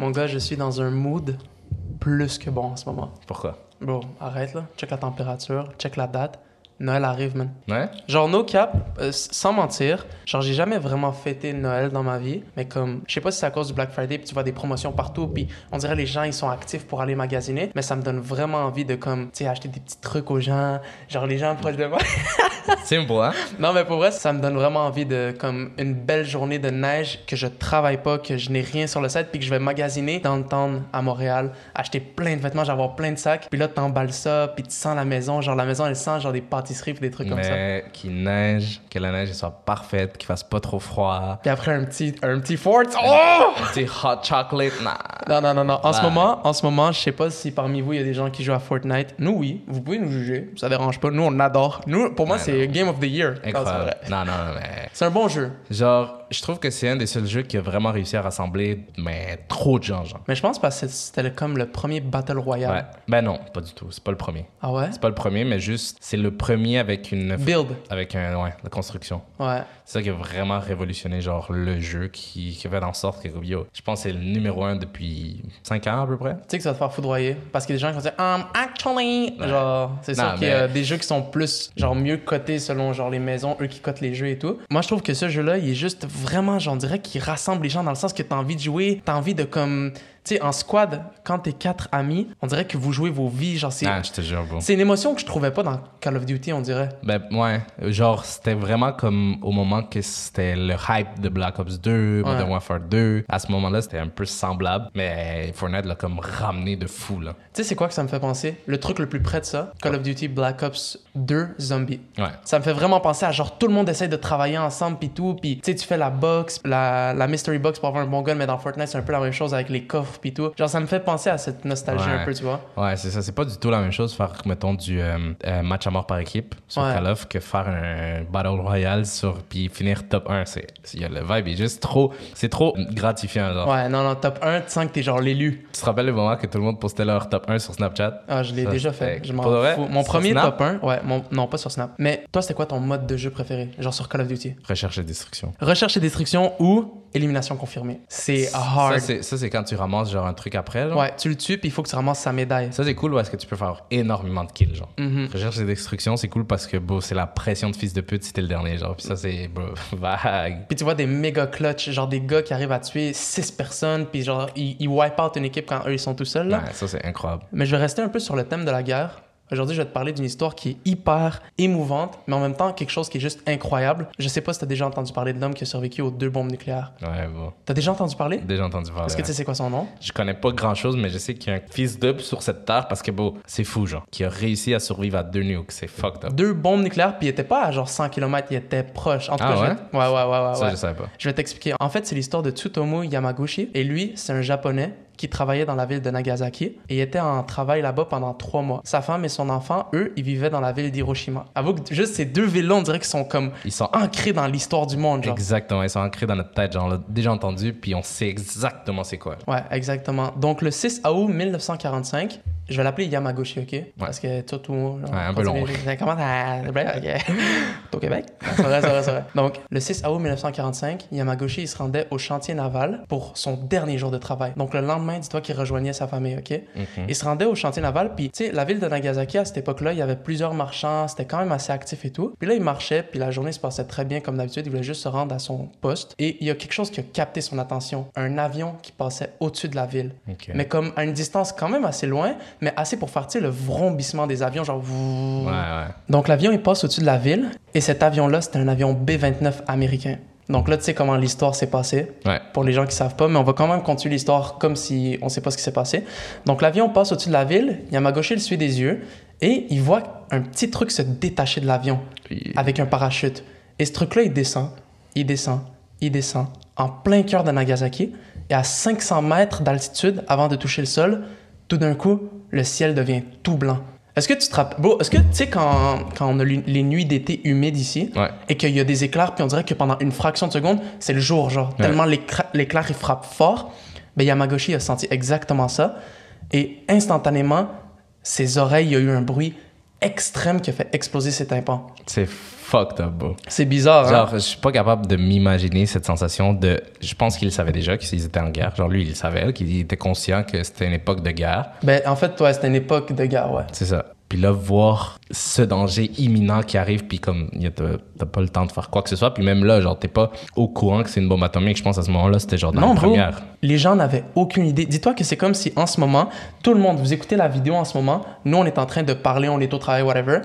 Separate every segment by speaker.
Speaker 1: Mon gars, je suis dans un mood plus que bon en ce moment.
Speaker 2: Pourquoi?
Speaker 1: Bro, arrête là. Check la température, check la date. Noël arrive, man.
Speaker 2: Ouais?
Speaker 1: Genre, no cap, euh, s- sans mentir, genre, j'ai jamais vraiment fêté Noël dans ma vie, mais comme, je sais pas si c'est à cause du Black Friday, puis tu vois des promotions partout, puis on dirait les gens, ils sont actifs pour aller magasiner, mais ça me donne vraiment envie de, comme, tu sais, acheter des petits trucs aux gens, genre, les gens proches de moi.
Speaker 2: C'est hein? un bois.
Speaker 1: non, mais pour vrai, ça me donne vraiment envie de, comme, une belle journée de neige, que je travaille pas, que je n'ai rien sur le site, puis que je vais magasiner downtown à Montréal, acheter plein de vêtements, j'avoir plein de sacs, puis là, t'emballes ça, puis tu sens la maison, genre, la maison, elle sent, genre, des pâtisseries, puis des trucs comme ça.
Speaker 2: Mais qu'il neige, que la neige elle soit parfaite, qu'il fasse pas trop froid.
Speaker 1: Puis après un petit, un petit fort. Oh!
Speaker 2: C'est hot chocolate, nah.
Speaker 1: Non, non, non, non. En ce
Speaker 2: Bye.
Speaker 1: moment, en ce moment, je sais pas si parmi vous il y a des gens qui jouent à Fortnite. Nous, oui. Vous pouvez nous juger. Ça dérange pas. Nous, on adore. Nous, pour moi,
Speaker 2: Ouais,
Speaker 1: c'est Game of the Year. Non, c'est
Speaker 2: Incroyable.
Speaker 1: vrai.
Speaker 2: Non, non, non, mais
Speaker 1: C'est un bon jeu.
Speaker 2: Genre, je trouve que c'est un des seuls jeux qui a vraiment réussi à rassembler, mais trop de gens, genre.
Speaker 1: Mais je pense parce que c'était le- comme le premier Battle Royale.
Speaker 2: Ouais. Ben non, pas du tout. C'est pas le premier.
Speaker 1: Ah ouais?
Speaker 2: C'est pas le premier, mais juste, c'est le premier avec une.
Speaker 1: Build.
Speaker 2: Avec un. Ouais, la construction.
Speaker 1: Ouais.
Speaker 2: C'est ça qui a vraiment révolutionné, genre, le jeu qui, qui fait en sorte que, comme, yo, je pense que c'est le numéro un depuis 5 ans à peu près.
Speaker 1: Tu sais que ça va te faire foudroyer. Parce qu'il y a des gens qui vont dire, um, actually.
Speaker 2: Ouais.
Speaker 1: Genre, c'est
Speaker 2: Non,
Speaker 1: sûr qu'il y a
Speaker 2: mais-
Speaker 1: des jeux qui sont plus, genre, mieux cotés selon, genre, les maisons, eux qui cotent les jeux et tout. Moi, je trouve que ce jeu-là, il est juste vraiment, j'en dirais, qu'il rassemble les gens dans le sens que t'as envie de jouer, t'as envie de comme. Tu sais, en squad, quand t'es quatre amis, on dirait que vous jouez vos vies. Genre, c'est.
Speaker 2: Ah, je te jure, bon.
Speaker 1: C'est une émotion que je trouvais pas dans Call of Duty, on dirait.
Speaker 2: Ben ouais, genre c'était vraiment comme au moment que c'était le hype de Black Ops 2, Modern
Speaker 1: Ouais.
Speaker 2: Warfare 2. À ce moment-là, c'était un peu semblable, mais Fortnite l'a comme ramené de fou là.
Speaker 1: Tu sais, c'est quoi que ça me fait penser Le truc le plus près de ça, Call of Duty Black Ops 2 Zombie.
Speaker 2: Ouais.
Speaker 1: Ça me fait vraiment penser à genre tout le monde essaie de travailler ensemble puis tout puis tu sais tu fais la box, la, la mystery box pour avoir un bon gun mais dans Fortnite c'est un peu la même chose avec les coffres puis tout. Genre ça me fait penser à cette nostalgie
Speaker 2: Ouais.
Speaker 1: un peu tu vois.
Speaker 2: Ouais, c'est ça. C'est pas du tout la même chose faire, mettons, du euh, euh, match à mort par équipe sur
Speaker 1: Ouais.
Speaker 2: Call of que faire un battle royale sur puis finir top 1. C'est, il y a le vibe, il est juste trop, c'est trop gratifiant. Genre.
Speaker 1: Ouais non non top 1 tu sens que t'es genre l'élu.
Speaker 2: Tu te rappelles le moment que tout le monde postait leur top 1 sur Snapchat?
Speaker 1: Ah je l'ai
Speaker 2: Ça,
Speaker 1: déjà
Speaker 2: c'était-
Speaker 1: fait. Je m'en
Speaker 2: Pour de vrai,
Speaker 1: fous. Mon
Speaker 2: sur
Speaker 1: premier
Speaker 2: Snap?
Speaker 1: top 1 ouais mon- non pas sur Snap. Mais toi c'était quoi ton mode de jeu préféré genre sur Call of Duty
Speaker 2: Recherche et destruction.
Speaker 1: Recherche et destruction ou élimination confirmée. C'est
Speaker 2: Ça
Speaker 1: hard.
Speaker 2: c'est, ça, c'est quand tu ramasses genre un truc après. Genre.
Speaker 1: ouais tu le tues puis il faut que tu ramasses sa médaille.
Speaker 2: Ça, c'est cool parce que tu peux faire énormément de kills, genre.
Speaker 1: Mhm.
Speaker 2: Recherche et destruction, c'est cool parce que, bro, c'est la pression de fils de pute si t'es le dernier, genre.
Speaker 1: Mm.
Speaker 2: Puis ça, c'est, bro, vague.
Speaker 1: Puis tu vois des méga clutch, genre des gars qui arrivent à tuer 6 personnes, puis genre ils, ils wipe out une équipe quand eux ils sont tout seuls. là.
Speaker 2: Ouais, ça, c'est incroyable.
Speaker 1: Mais je vais rester un peu sur le thème de la guerre. Aujourd'hui, je vais te parler d'une histoire qui est hyper émouvante, mais en même temps quelque chose qui est juste incroyable. Je sais pas si t'as déjà entendu parler de l'homme qui a survécu aux deux bombes nucléaires.
Speaker 2: Ouais, bro.
Speaker 1: T'as déjà entendu parler?
Speaker 2: Déjà entendu parler.
Speaker 1: Est-ce que tu sais c'est quoi son nom?
Speaker 2: Je connais pas grand chose, mais je sais qu'il y a un fils d'up sur cette terre parce que, bro, c'est fou, genre. Qui a réussi à survivre à deux nukes. C'est fucked up.
Speaker 1: Deux bombes nucléaires, puis il était pas à genre 100 km, il était proche. En tout
Speaker 2: Ah
Speaker 1: cas, je vais-
Speaker 2: ouais?
Speaker 1: ouais, ouais, ouais, ouais,
Speaker 2: Ça,
Speaker 1: Ah ouais.
Speaker 2: je savais pas.
Speaker 1: Je vais t'expliquer. En fait, c'est l'histoire de Tsutomu Yamaguchi. Et lui, c'est un japonais qui travaillait dans la ville de Nagasaki et était en travail là-bas pendant trois mois. Sa femme et son enfant, eux, ils vivaient dans la ville d'Hiroshima. Avoue que juste ces deux villes-là, on dirait qu'ils sont comme
Speaker 2: Ils sont
Speaker 1: ancrés dans l'histoire du monde, genre.
Speaker 2: Exactement, ils sont ancrés dans notre tête, genre, on l'a déjà entendu, puis on sait exactement c'est quoi.
Speaker 1: Ouais, exactement. Donc, le 6 août 1945, je vais l'appeler Yamaguchi, OK? Parce que Tsutomu...
Speaker 2: Ouais, un peu long.
Speaker 1: Ça commence à... c'est vrai, OK. T'es au Québec? C'est vrai, c'est vrai, c'est vrai. Donc, le 6 août 1945, Yamaguchi, il se rendait au chantier naval pour son dernier jour de travail. Donc, le lendemain, dis-toi qu'il rejoignait sa famille, OK? Il se rendait au chantier naval, puis, tu sais, la ville de Nagasaki, à cette époque-là, il y avait plusieurs marchands, c'était quand même assez actif et tout. Puis là, il marchait, puis la journée se passait très bien comme d'habitude, il voulait juste se rendre à son poste. Et il y a quelque chose qui a capté son attention, un avion qui passait au-dessus de la ville.
Speaker 2: Ok.
Speaker 1: Mais comme à une distance quand même assez loin, mais assez pour faire, tu sais, le vrombissement des avions, genre...
Speaker 2: Ouais, ouais.
Speaker 1: Donc l'avion, il passe au-dessus de la ville, et cet avion-là, c'était un avion B-29 américain. Donc là, tu sais comment l'histoire s'est passée,
Speaker 2: Ouais.
Speaker 1: pour les gens qui savent pas, mais on va quand même continuer l'histoire comme si on sait pas ce qui s'est passé. Donc l'avion passe au-dessus de la ville, Yamagoshi le suit des yeux, et il voit un petit truc se détacher de l'avion
Speaker 2: Puis-
Speaker 1: avec un parachute. Et ce truc-là, il descend, il descend, il descend, en plein cœur de Nagasaki, et à 500 mètres d'altitude, avant de toucher le sol, tout d'un coup, le ciel devient tout blanc. Est-ce que tu te rappelles... Bro, est-ce que tu sais quand, quand on a lu- les nuits d'été humides ici,
Speaker 2: Ouais.
Speaker 1: et qu'il y a des éclairs, puis on dirait que pendant une fraction de seconde, c'est le jour, genre, tellement l'écra- l'éclair, il frappe fort, ben Yamagoshi a senti exactement ça, et instantanément, ses oreilles, il y a eu un bruit extrême qui a fait exploser ses tympans.
Speaker 2: C'est fucked up, bro.
Speaker 1: C'est bizarre, hein?
Speaker 2: Genre, je suis pas capable de m'imaginer cette sensation de. Je pense qu'il savait déjà qu'ils étaient en guerre. Genre, lui, il savait, qu'il était conscient que c'était une époque de guerre.
Speaker 1: Ben, en fait, ouais, c'était une époque de guerre, ouais.
Speaker 2: C'est ça. Puis là, voir ce danger imminent qui arrive, puis comme y a- t'as t'as pas le temps de faire quoi que ce soit, puis même là, genre, t'es pas au courant que c'est une bombe atomique. Je pense à ce moment-là, c'était genre dans
Speaker 1: Non,
Speaker 2: la
Speaker 1: bro,
Speaker 2: première.
Speaker 1: les gens n'avaient aucune idée. Dis-toi que c'est comme si en ce moment, tout le monde, vous écoutez la vidéo en ce moment, nous on est en train de parler, on est au travail, whatever,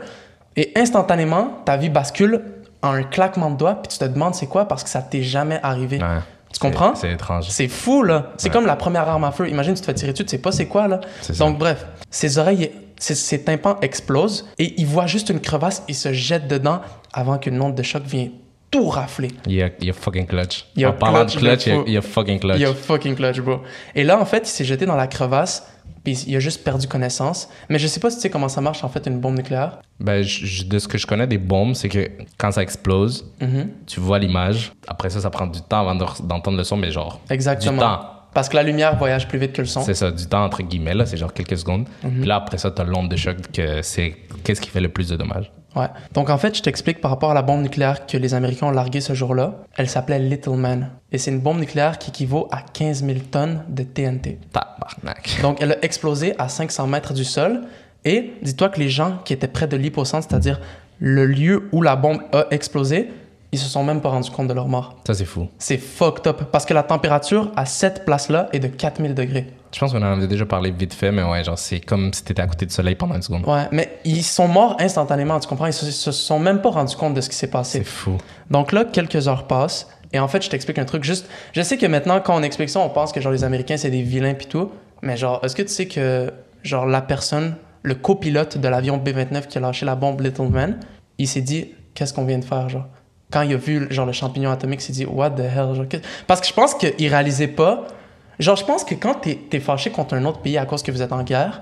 Speaker 1: et instantanément, ta vie bascule en un claquement de doigts, puis tu te demandes c'est quoi parce que ça t'est jamais arrivé.
Speaker 2: Ouais.
Speaker 1: Tu comprends?
Speaker 2: C'est c'est étrange.
Speaker 1: C'est fou, là. C'est
Speaker 2: Ouais.
Speaker 1: comme la première arme à feu. Imagine, tu te fais tirer dessus, tu sais pas c'est quoi, là.
Speaker 2: C'est ça.
Speaker 1: Donc, bref, ses oreilles, ses, ses tympans explosent et il voit juste une crevasse, il se jette dedans avant qu'une onde de choc vienne tout rafler.
Speaker 2: Il y a, il y a fucking clutch.
Speaker 1: Il y a
Speaker 2: en parlant
Speaker 1: clutch
Speaker 2: de
Speaker 1: de
Speaker 2: clutch, il y a-
Speaker 1: fou.
Speaker 2: il y a fucking clutch.
Speaker 1: Il a fucking clutch, bro. Et là, en fait, il s'est jeté dans la crevasse, puis il a juste perdu connaissance. Mais je sais pas si tu sais comment ça marche, en fait, une bombe nucléaire.
Speaker 2: Ben, je- je- de ce que je connais des bombes, c'est que quand ça explose,
Speaker 1: Mhm.
Speaker 2: tu vois l'image. Après ça, ça prend du temps avant de re- d'entendre le son, mais genre,
Speaker 1: Exactement.
Speaker 2: du temps.
Speaker 1: Parce que la lumière voyage plus vite que le son.
Speaker 2: C'est ça, du temps entre guillemets, là, c'est genre quelques secondes.
Speaker 1: Mhm.
Speaker 2: Puis là, après ça, t'as l'onde de choc que c'est qu'est-ce qui fait le plus de dommages.
Speaker 1: Ouais. Donc, en fait, je t'explique par rapport à la bombe nucléaire que les Américains ont larguée ce jour-là. Elle s'appelait Little Man. Et c'est une bombe nucléaire qui équivaut à 15 000 tonnes de TNT.
Speaker 2: Tabarnak.
Speaker 1: Donc, elle a explosé à 500 mètres du sol. Et dis-toi que les gens qui étaient près de l'hypocentre, c'est-à-dire le lieu où la bombe a explosé, ils se sont même pas rendus compte de leur mort.
Speaker 2: Ça, c'est fou.
Speaker 1: C'est fucked up parce que la température à cette place-là est de 4000 degrés.
Speaker 2: Je pense qu'on en avait déjà parlé vite fait, mais ouais, genre, c'est comme si t'étais à côté du soleil pendant une seconde.
Speaker 1: Ouais, mais ils sont morts instantanément, tu comprends? Ils se, se sont même pas rendus compte de ce qui s'est passé.
Speaker 2: C'est fou.
Speaker 1: Donc là, quelques heures passent. Et en fait, je t'explique un truc juste. Je sais que maintenant, quand on explique ça, on pense que genre les Américains, c'est des vilains pis tout. Mais genre, est-ce que tu sais que genre la personne, le copilote de l'avion B-29 qui a lâché la bombe Little Man, il s'est dit, qu'est-ce qu'on vient de faire, genre? Quand il a vu genre le champignon atomique, il s'est dit, what the hell, genre, qu'est- Parce que je pense qu'il réalisait pas. Genre, je pense que quand t'es es fâché contre un autre pays à cause que vous êtes en guerre,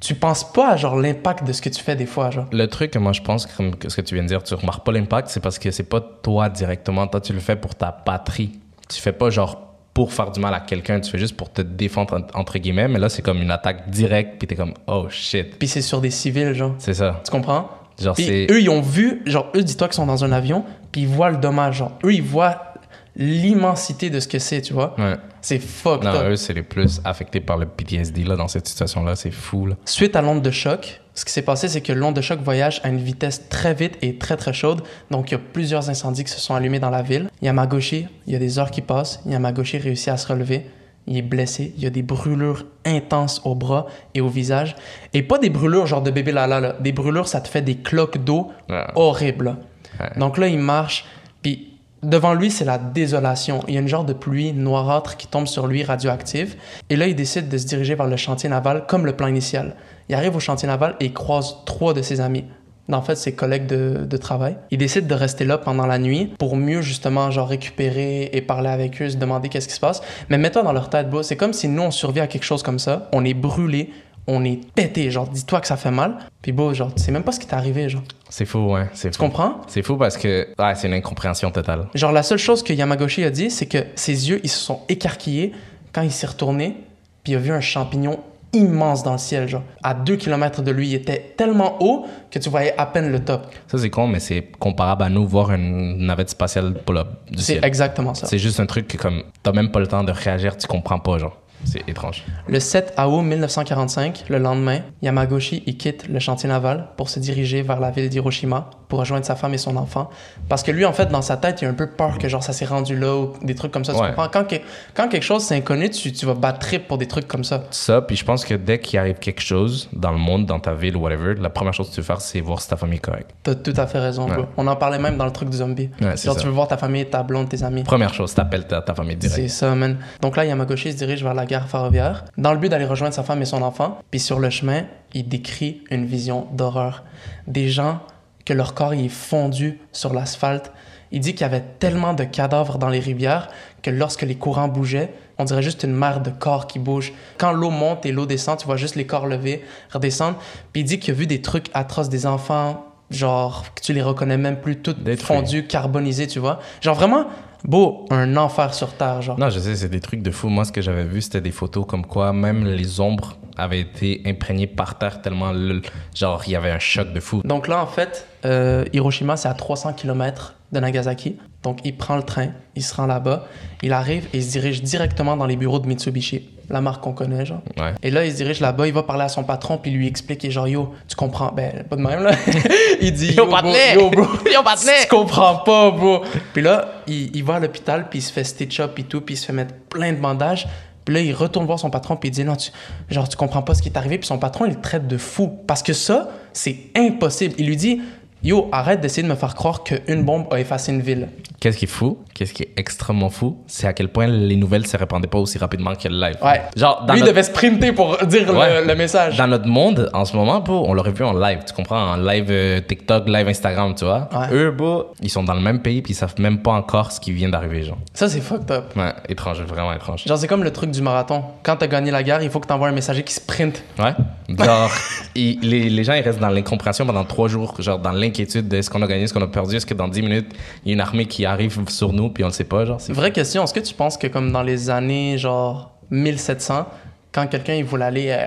Speaker 1: tu penses pas à genre l'impact de ce que tu fais des fois, genre.
Speaker 2: Le truc que moi, je pense, comme que ce que tu viens de dire, tu remarques pas l'impact, c'est parce que c'est pas toi directement. Toi, tu le fais pour ta patrie. Tu fais pas genre pour faire du mal à quelqu'un, tu fais juste pour te défendre en- entre guillemets, mais là, c'est comme une attaque directe, puis t'es comme, oh shit.
Speaker 1: Puis c'est sur des civils, genre.
Speaker 2: C'est ça.
Speaker 1: Tu comprends?
Speaker 2: Genre,
Speaker 1: Puis
Speaker 2: c'est.
Speaker 1: eux, ils ont vu, genre, eux, dis-toi qu'ils sont dans un avion, puis ils voient le dommage. Genre, eux, ils voient l'immensité de ce que c'est, tu vois.
Speaker 2: Ouais.
Speaker 1: C'est fucked
Speaker 2: Non,
Speaker 1: up.
Speaker 2: eux, c'est les plus affectés par le PTSD, là, dans cette situation-là. C'est fou, là.
Speaker 1: Suite à l'onde de choc, ce qui s'est passé, c'est que l'onde de choc voyage à une vitesse très vite et très très chaude. Donc, il y a plusieurs incendies qui se sont allumés dans la ville. Yamagoshi, il y a des heures qui passent. Yamagoshi réussit à se relever. Il est blessé. Il y a des brûlures intenses au bras et au visage. Et pas des brûlures genre de bébé Lala, là. Des brûlures, ça te fait des cloques d'eau
Speaker 2: Ouais.
Speaker 1: horrible.
Speaker 2: Ah. Ouais.
Speaker 1: Donc là, il marche, puis devant lui, c'est la désolation. Il y a une genre de pluie noirâtre qui tombe sur lui, radioactive. Et là, il décide de se diriger vers le chantier naval comme le plan initial. Il arrive au chantier naval et il croise trois de ses amis. En fait, ses collègues de, de travail. Il décide de rester là pendant la nuit pour mieux justement genre récupérer et parler avec eux, se demander qu'est-ce qui se passe. Mais mets-toi dans leur tête, bro. C'est comme si nous on survit à quelque chose comme ça. On est brûlé, on est pété. Genre, dis-toi que ça fait mal. Puis beau, genre, tu sais même pas ce qui t'est arrivé, genre.
Speaker 2: C'est fou, ouais. C'est
Speaker 1: Tu
Speaker 2: fou.
Speaker 1: comprends?
Speaker 2: C'est fou parce que ouais, c'est une incompréhension totale.
Speaker 1: Genre, la seule chose que Yamagoshi a dit, c'est que ses yeux, ils se sont écarquillés quand il s'est retourné, puis il a vu un champignon immense dans le ciel, genre. À deux kilomètres de lui, il était tellement haut que tu voyais à peine le top.
Speaker 2: Ça, c'est con, mais c'est comparable à nous voir une navette spatiale pull-up du
Speaker 1: C'est
Speaker 2: ciel.
Speaker 1: exactement ça.
Speaker 2: C'est juste un truc que, comme, t'as même pas le temps de réagir, tu comprends pas, genre. C'est étrange.
Speaker 1: Le 7 août 1945, le lendemain, Yamagoshi il quitte le chantier naval pour se diriger vers la ville d'Hiroshima pour rejoindre sa femme et son enfant. Parce que lui, en fait, dans sa tête, il a un peu peur que genre ça s'est rendu là ou des trucs comme ça. Tu
Speaker 2: Ouais.
Speaker 1: comprends? Quand, que- quand quelque chose c'est inconnu, tu, tu vas battre trip pour des trucs comme ça.
Speaker 2: Ça, puis je pense que dès qu'il arrive quelque chose dans le monde, dans ta ville, whatever, la première chose que tu veux faire, c'est voir si ta famille est correcte.
Speaker 1: T'as tout à fait raison,
Speaker 2: Ouais.
Speaker 1: bro. On en parlait même dans le truc du zombie.
Speaker 2: Ouais, c'est
Speaker 1: Genre,
Speaker 2: ça.
Speaker 1: tu veux voir ta famille, ta blonde, tes amis.
Speaker 2: Première chose, t'appelles ta, ta famille direct.
Speaker 1: C'est ça, man. Donc là, Yamagoshi se dirige vers la gare ferroviaire dans le but d'aller rejoindre sa femme et son enfant. Puis sur le chemin, il décrit une vision d'horreur. Des gens que leur corps il est fondu sur l'asphalte. Il dit qu'il y avait tellement de cadavres dans les rivières que lorsque les courants bougeaient, on dirait juste une mer de corps qui bouge. Quand l'eau monte et l'eau descend, tu vois juste les corps levés, redescendre. Puis il dit qu'il a vu des trucs atroces, des enfants, genre que tu les reconnais même plus, toutes
Speaker 2: Détruits.
Speaker 1: fondues, carbonisées, tu vois. Genre vraiment, beau, un enfer sur Terre, genre.
Speaker 2: Non, je sais, c'est des trucs de fou. Moi, ce que j'avais vu, c'était des photos comme quoi même les ombres avait été imprégné par terre tellement, le- genre, il y avait un choc de fou.
Speaker 1: Donc là, en fait, euh, Hiroshima, c'est à 300 km de Nagasaki. Donc il prend le train, il se rend là-bas, il arrive et il se dirige directement dans les bureaux de Mitsubishi, la marque qu'on connaît, genre.
Speaker 2: Ouais.
Speaker 1: Et là, il se dirige là-bas, il va parler à son patron, puis il lui explique, et genre, yo, tu comprends, ben, pas de même, là. il dit,
Speaker 2: Yo,
Speaker 1: bro,
Speaker 2: partner!
Speaker 1: yo, bro,
Speaker 2: Yo, partner!
Speaker 1: tu comprends pas, bro. Puis là, il, il va à l'hôpital, puis il se fait stitch up et tout, puis il se fait mettre plein de bandages. Puis là, il retourne voir son patron, puis il dit, non, tu, genre, tu comprends pas ce qui est arrivé. Puis son patron, il le traite de fou. Parce que ça, c'est impossible. Il lui dit, yo, arrête d'essayer de me faire croire qu'une bombe a effacé une ville.
Speaker 2: Qu'est-ce qui est fou, qu'est-ce qui est extrêmement fou, c'est à quel point les nouvelles se répandaient pas aussi rapidement que le live.
Speaker 1: Ouais.
Speaker 2: Genre, dans
Speaker 1: Lui, il
Speaker 2: notre-
Speaker 1: devait sprinter pour dire le-
Speaker 2: Ouais.
Speaker 1: le, message.
Speaker 2: Dans notre monde, en ce moment, bro, on l'aurait vu en live, tu comprends? En live euh, TikTok, live Instagram, tu vois?
Speaker 1: Ouais.
Speaker 2: Eux, bro, ils sont dans le même pays puis ils savent même pas encore ce qui vient d'arriver, genre.
Speaker 1: Ça, c'est fucked up.
Speaker 2: Ouais, étrange, vraiment étrange.
Speaker 1: Genre, c'est comme le truc du marathon. Quand t'as gagné la guerre, il faut que t'envoies un messager qui sprint.
Speaker 2: Ouais. Genre, ils- les, les gens, ils restent dans l'incompréhension pendant trois jours, genre dans l'inquiétude de est-ce qu'on a gagné, est-ce qu'on a perdu, est-ce que dans dix minutes, il y a une armée qui arrive sur nous puis on le sait pas, genre. c'est-
Speaker 1: Vraie question, est-ce que tu penses que comme dans les années genre 1700, quand quelqu'un il voulait aller euh,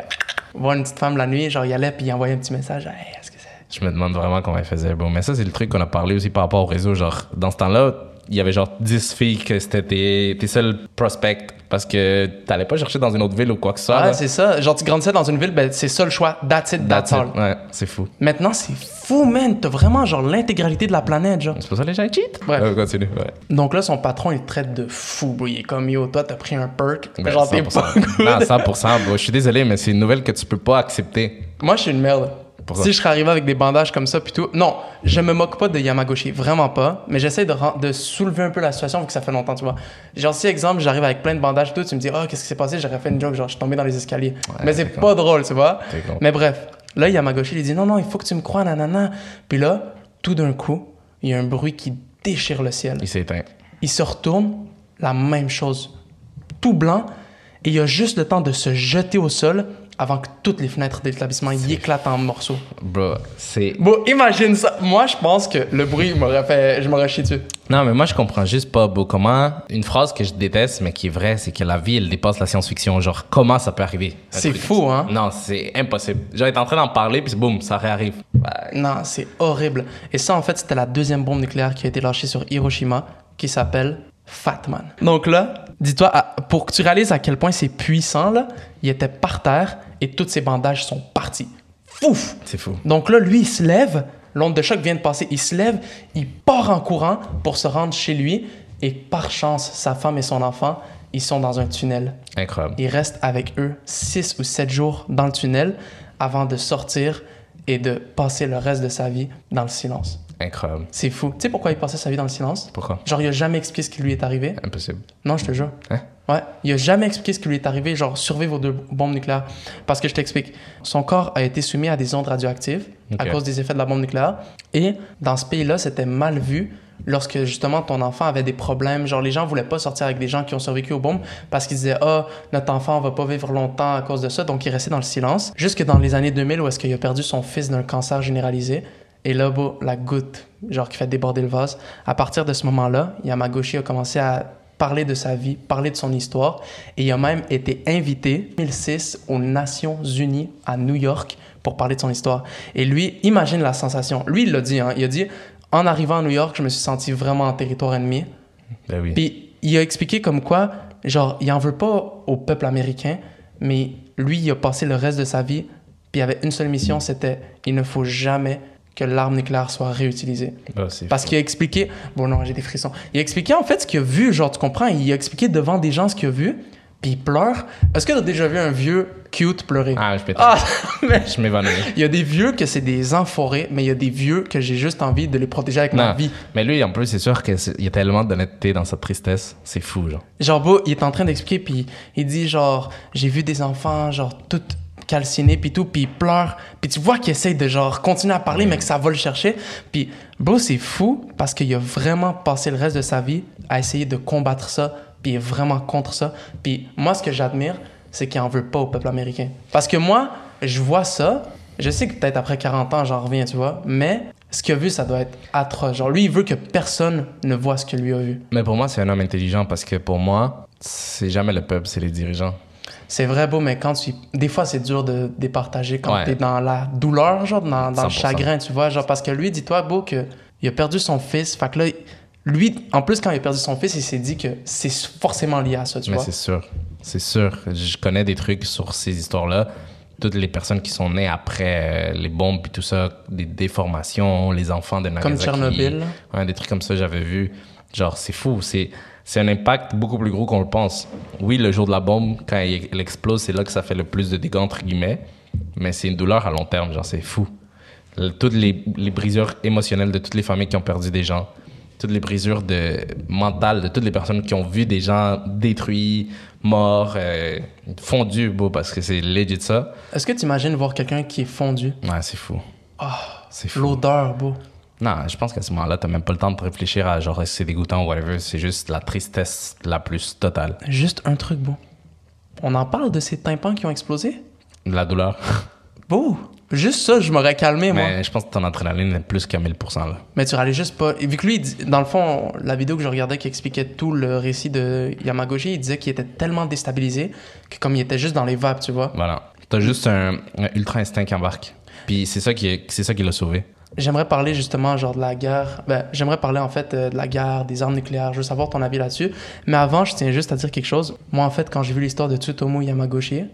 Speaker 1: voir une petite femme la nuit, genre il allait puis il envoyait un petit message, Hey, est-ce que c'est
Speaker 2: Je me demande vraiment comment elle faisait. Bon, mais ça, c'est le truc qu'on a parlé aussi par rapport au réseau. Genre, dans ce temps-là, il y avait genre 10 filles que c'était tes, tes seuls prospects parce que t'allais pas chercher dans une autre ville ou quoi que ce soit.
Speaker 1: ah,
Speaker 2: là.
Speaker 1: c'est ça, genre tu grandissais dans une ville, ben c'est ça le choix, that's it, that's,
Speaker 2: That's it.
Speaker 1: all.
Speaker 2: Ouais, c'est fou.
Speaker 1: Maintenant, c'est fou man, t'as vraiment genre l'intégralité de la planète genre.
Speaker 2: C'est pour ça que les gens ils cheat.
Speaker 1: Bref.
Speaker 2: Euh, continue. Ouais.
Speaker 1: Donc là son patron il te traite de fou, bro. il est comme yo, toi t'as pris un perk,
Speaker 2: Ben,
Speaker 1: genre t'es pas
Speaker 2: 100%. Non, 100%. bro. Je suis désolé, mais c'est une nouvelle que tu peux pas accepter.
Speaker 1: Moi, je suis une merde.
Speaker 2: Pourquoi?
Speaker 1: Si je serais arrivé avec des bandages comme ça, puis tout. Non, je me moque pas de Yamagoshi, vraiment pas. Mais j'essaie de, ren- de soulever un peu la situation vu que ça fait longtemps, tu vois. Genre, si exemple, j'arrive avec plein de bandages, tout, tu me dis, oh, qu'est-ce qui s'est passé J'aurais fait une joke, genre, je suis tombé dans les escaliers. mais c'est
Speaker 2: d'accord.
Speaker 1: pas drôle, tu vois.
Speaker 2: T'es con.
Speaker 1: Mais bref, là, Yamagoshi, il dit, non, non, il faut que tu me crois, nanana. Puis là, tout d'un coup, il y a un bruit qui déchire le ciel.
Speaker 2: Il s'est éteint.
Speaker 1: Il se retourne, la même chose, tout blanc, et il a juste le temps de se jeter au sol avant que toutes les fenêtres de l'établissement y éclatent en morceaux.
Speaker 2: Bro, c'est.
Speaker 1: Bon, imagine ça. Moi, je pense que le bruit m'aurait fait. Je m'aurais chié dessus.
Speaker 2: Non, mais moi, je comprends juste pas, bro. Comment. Une phrase que je déteste, mais qui est vraie, c'est que la vie, elle dépasse la science-fiction. Genre, comment ça peut arriver? Un
Speaker 1: C'est
Speaker 2: truc
Speaker 1: fou, hein?
Speaker 2: Non, c'est impossible. J'étais en train d'en parler, puis boum, ça réarrive.
Speaker 1: Non, c'est horrible. Et ça, en fait, c'était la deuxième bombe nucléaire qui a été lâchée sur Hiroshima, qui s'appelle Fatman. Donc là, dis-toi, à- pour que tu réalises à quel point c'est puissant, là, il était par terre et tous ses bandages sont partis. Fouf!
Speaker 2: C'est fou.
Speaker 1: Donc là, lui, il se lève. L'onde de choc vient de passer. Il se lève, il part en courant pour se rendre chez lui. Et par chance, sa femme et son enfant, ils sont dans un tunnel.
Speaker 2: Incroyable.
Speaker 1: Il reste avec eux 6 ou 7 jours dans le tunnel avant de sortir et de passer le reste de sa vie dans le silence.
Speaker 2: Incroyable.
Speaker 1: C'est fou. Tu sais pourquoi il passait sa vie dans le silence?
Speaker 2: Pourquoi?
Speaker 1: Genre, il a jamais expliqué ce qui lui est arrivé.
Speaker 2: Impossible.
Speaker 1: Non, je te jure.
Speaker 2: Hein?
Speaker 1: Ouais, il a jamais expliqué ce qui lui est arrivé, genre survivre aux deux bombes nucléaires. Parce que je t'explique, son corps a été soumis à des ondes radioactives à
Speaker 2: Ok.
Speaker 1: cause des effets de la bombe nucléaire. Et dans ce pays-là, c'était mal vu lorsque justement ton enfant avait des problèmes. Genre, les gens voulaient pas sortir avec des gens qui ont survécu aux bombes parce qu'ils disaient, ah, notre enfant va pas vivre longtemps à cause de ça. Donc, il restait dans le silence. Jusque dans les années 2000 où est-ce qu'il a perdu son fils d'un cancer généralisé. Et là, bon, la goutte, genre, qui fait déborder le vase. À partir de ce moment-là, Yamagoshi a commencé à parler de sa vie, parler de son histoire. Et il a même été invité en 2006 aux Nations Unies à New York pour parler de son histoire. Et lui, imagine la sensation. Lui, il l'a dit, hein, il a dit En arrivant à New York, je me suis senti vraiment en territoire ennemi.
Speaker 2: Ben oui.
Speaker 1: Puis il a expliqué comme quoi, genre, il en veut pas au peuple américain, mais lui, il a passé le reste de sa vie, puis il avait une seule mission c'était il ne faut jamais que l'arme nucléaire soit réutilisée.
Speaker 2: Oh, c'est
Speaker 1: Parce qu'il a expliqué. Bon, non, j'ai des frissons. Il a expliqué en fait ce qu'il a vu, genre, tu comprends? Il a expliqué devant des gens ce qu'il a vu, puis il pleure. Est-ce que t'as déjà vu un vieux cute pleurer?
Speaker 2: Ah, je pétais.
Speaker 1: Ah, mais
Speaker 2: Je m'évanouis.
Speaker 1: il y a des vieux que c'est des enforés, mais il y a des vieux que j'ai juste envie de les protéger avec ma
Speaker 2: Non.
Speaker 1: vie.
Speaker 2: Mais lui, en plus, c'est sûr qu'il y a tellement d'honnêteté dans sa tristesse. C'est fou, genre.
Speaker 1: Genre, beau, il est en train d'expliquer, puis il dit, genre, j'ai vu des enfants, genre, tout calcinés, puis tout, puis il pleure. Puis tu vois qu'il essaye de, genre, continuer à parler, mais que ça va le chercher. Puis, bro, c'est fou, parce qu'il a vraiment passé le reste de sa vie à essayer de combattre ça, puis il est vraiment contre ça. Puis moi, ce que j'admire, c'est qu'il en veut pas au peuple américain. Parce que moi, je vois ça, je sais que peut-être après 40 ans, j'en reviens, tu vois, mais ce qu'il a vu, ça doit être atroce. Genre, lui, il veut que personne ne voit ce que lui a vu.
Speaker 2: Mais pour moi, c'est un homme intelligent parce que pour moi, c'est jamais le peuple, c'est les dirigeants.
Speaker 1: c'est vrai beau, mais quand tu. Des fois, c'est dur de départager quand
Speaker 2: Ouais.
Speaker 1: t'es dans la douleur, genre, dans, dans le
Speaker 2: 100%.
Speaker 1: chagrin, tu vois. Genre, parce que lui, dis-toi, beau, que il a perdu son fils. Fait que là, lui, en plus, quand il a perdu son fils, il s'est dit que c'est forcément lié à ça, tu
Speaker 2: Mais
Speaker 1: vois.
Speaker 2: c'est sûr. C'est sûr. Je connais des trucs sur ces histoires-là. Toutes les personnes qui sont nées après euh, les bombes et tout ça, des déformations, les enfants de
Speaker 1: Comme
Speaker 2: Nagasaki.
Speaker 1: Tchernobyl.
Speaker 2: Ouais, des trucs comme ça, j'avais vu. Genre, c'est fou. C'est, c'est un impact beaucoup plus gros qu'on le pense. Oui, le jour de la bombe, quand il, il explose, c'est là que ça fait le plus de dégâts, entre guillemets. Mais c'est une douleur à long terme. Genre, c'est fou. Le- toutes les, les brisures émotionnelles de toutes les familles qui ont perdu des gens, toutes les brisures de, mentales de toutes les personnes qui ont vu des gens détruits, morts, euh, fondus, beau, parce que c'est legit ça.
Speaker 1: Est-ce que tu imagines voir quelqu'un qui est fondu?
Speaker 2: Ouais, c'est fou.
Speaker 1: Ah,
Speaker 2: C'est fou.
Speaker 1: l'odeur, beau.
Speaker 2: Non, je pense qu'à ce moment-là, t'as même pas le temps de réfléchir à genre est-ce que c'est dégoûtant ou whatever. C'est juste la tristesse la plus totale.
Speaker 1: Juste un truc, beau. On en parle de ces tympans qui ont explosé?
Speaker 2: La douleur.
Speaker 1: Beau! Juste ça, je m'aurais calmé, moi.
Speaker 2: Mais je pense que ton adrénaline est plus qu'à 1000%. Là.
Speaker 1: Mais tu râlais juste pas. Et vu que lui, il dit- dans le fond, la vidéo que je regardais qui expliquait tout le récit de Yamagoshi, il disait qu'il était tellement déstabilisé que comme il était juste dans les vapes, tu vois.
Speaker 2: Voilà. T'as juste un, un ultra instinct qui embarque. Puis c'est ça qui, est- c'est ça qui l'a sauvé.
Speaker 1: J'aimerais parler justement genre de la guerre. Ben, j'aimerais parler en fait euh, de la guerre, des armes nucléaires. Je veux savoir ton avis là-dessus. Mais avant, je tiens juste à dire quelque chose. Moi, en fait, quand j'ai vu l'histoire de Tsutomu Yamagoshi,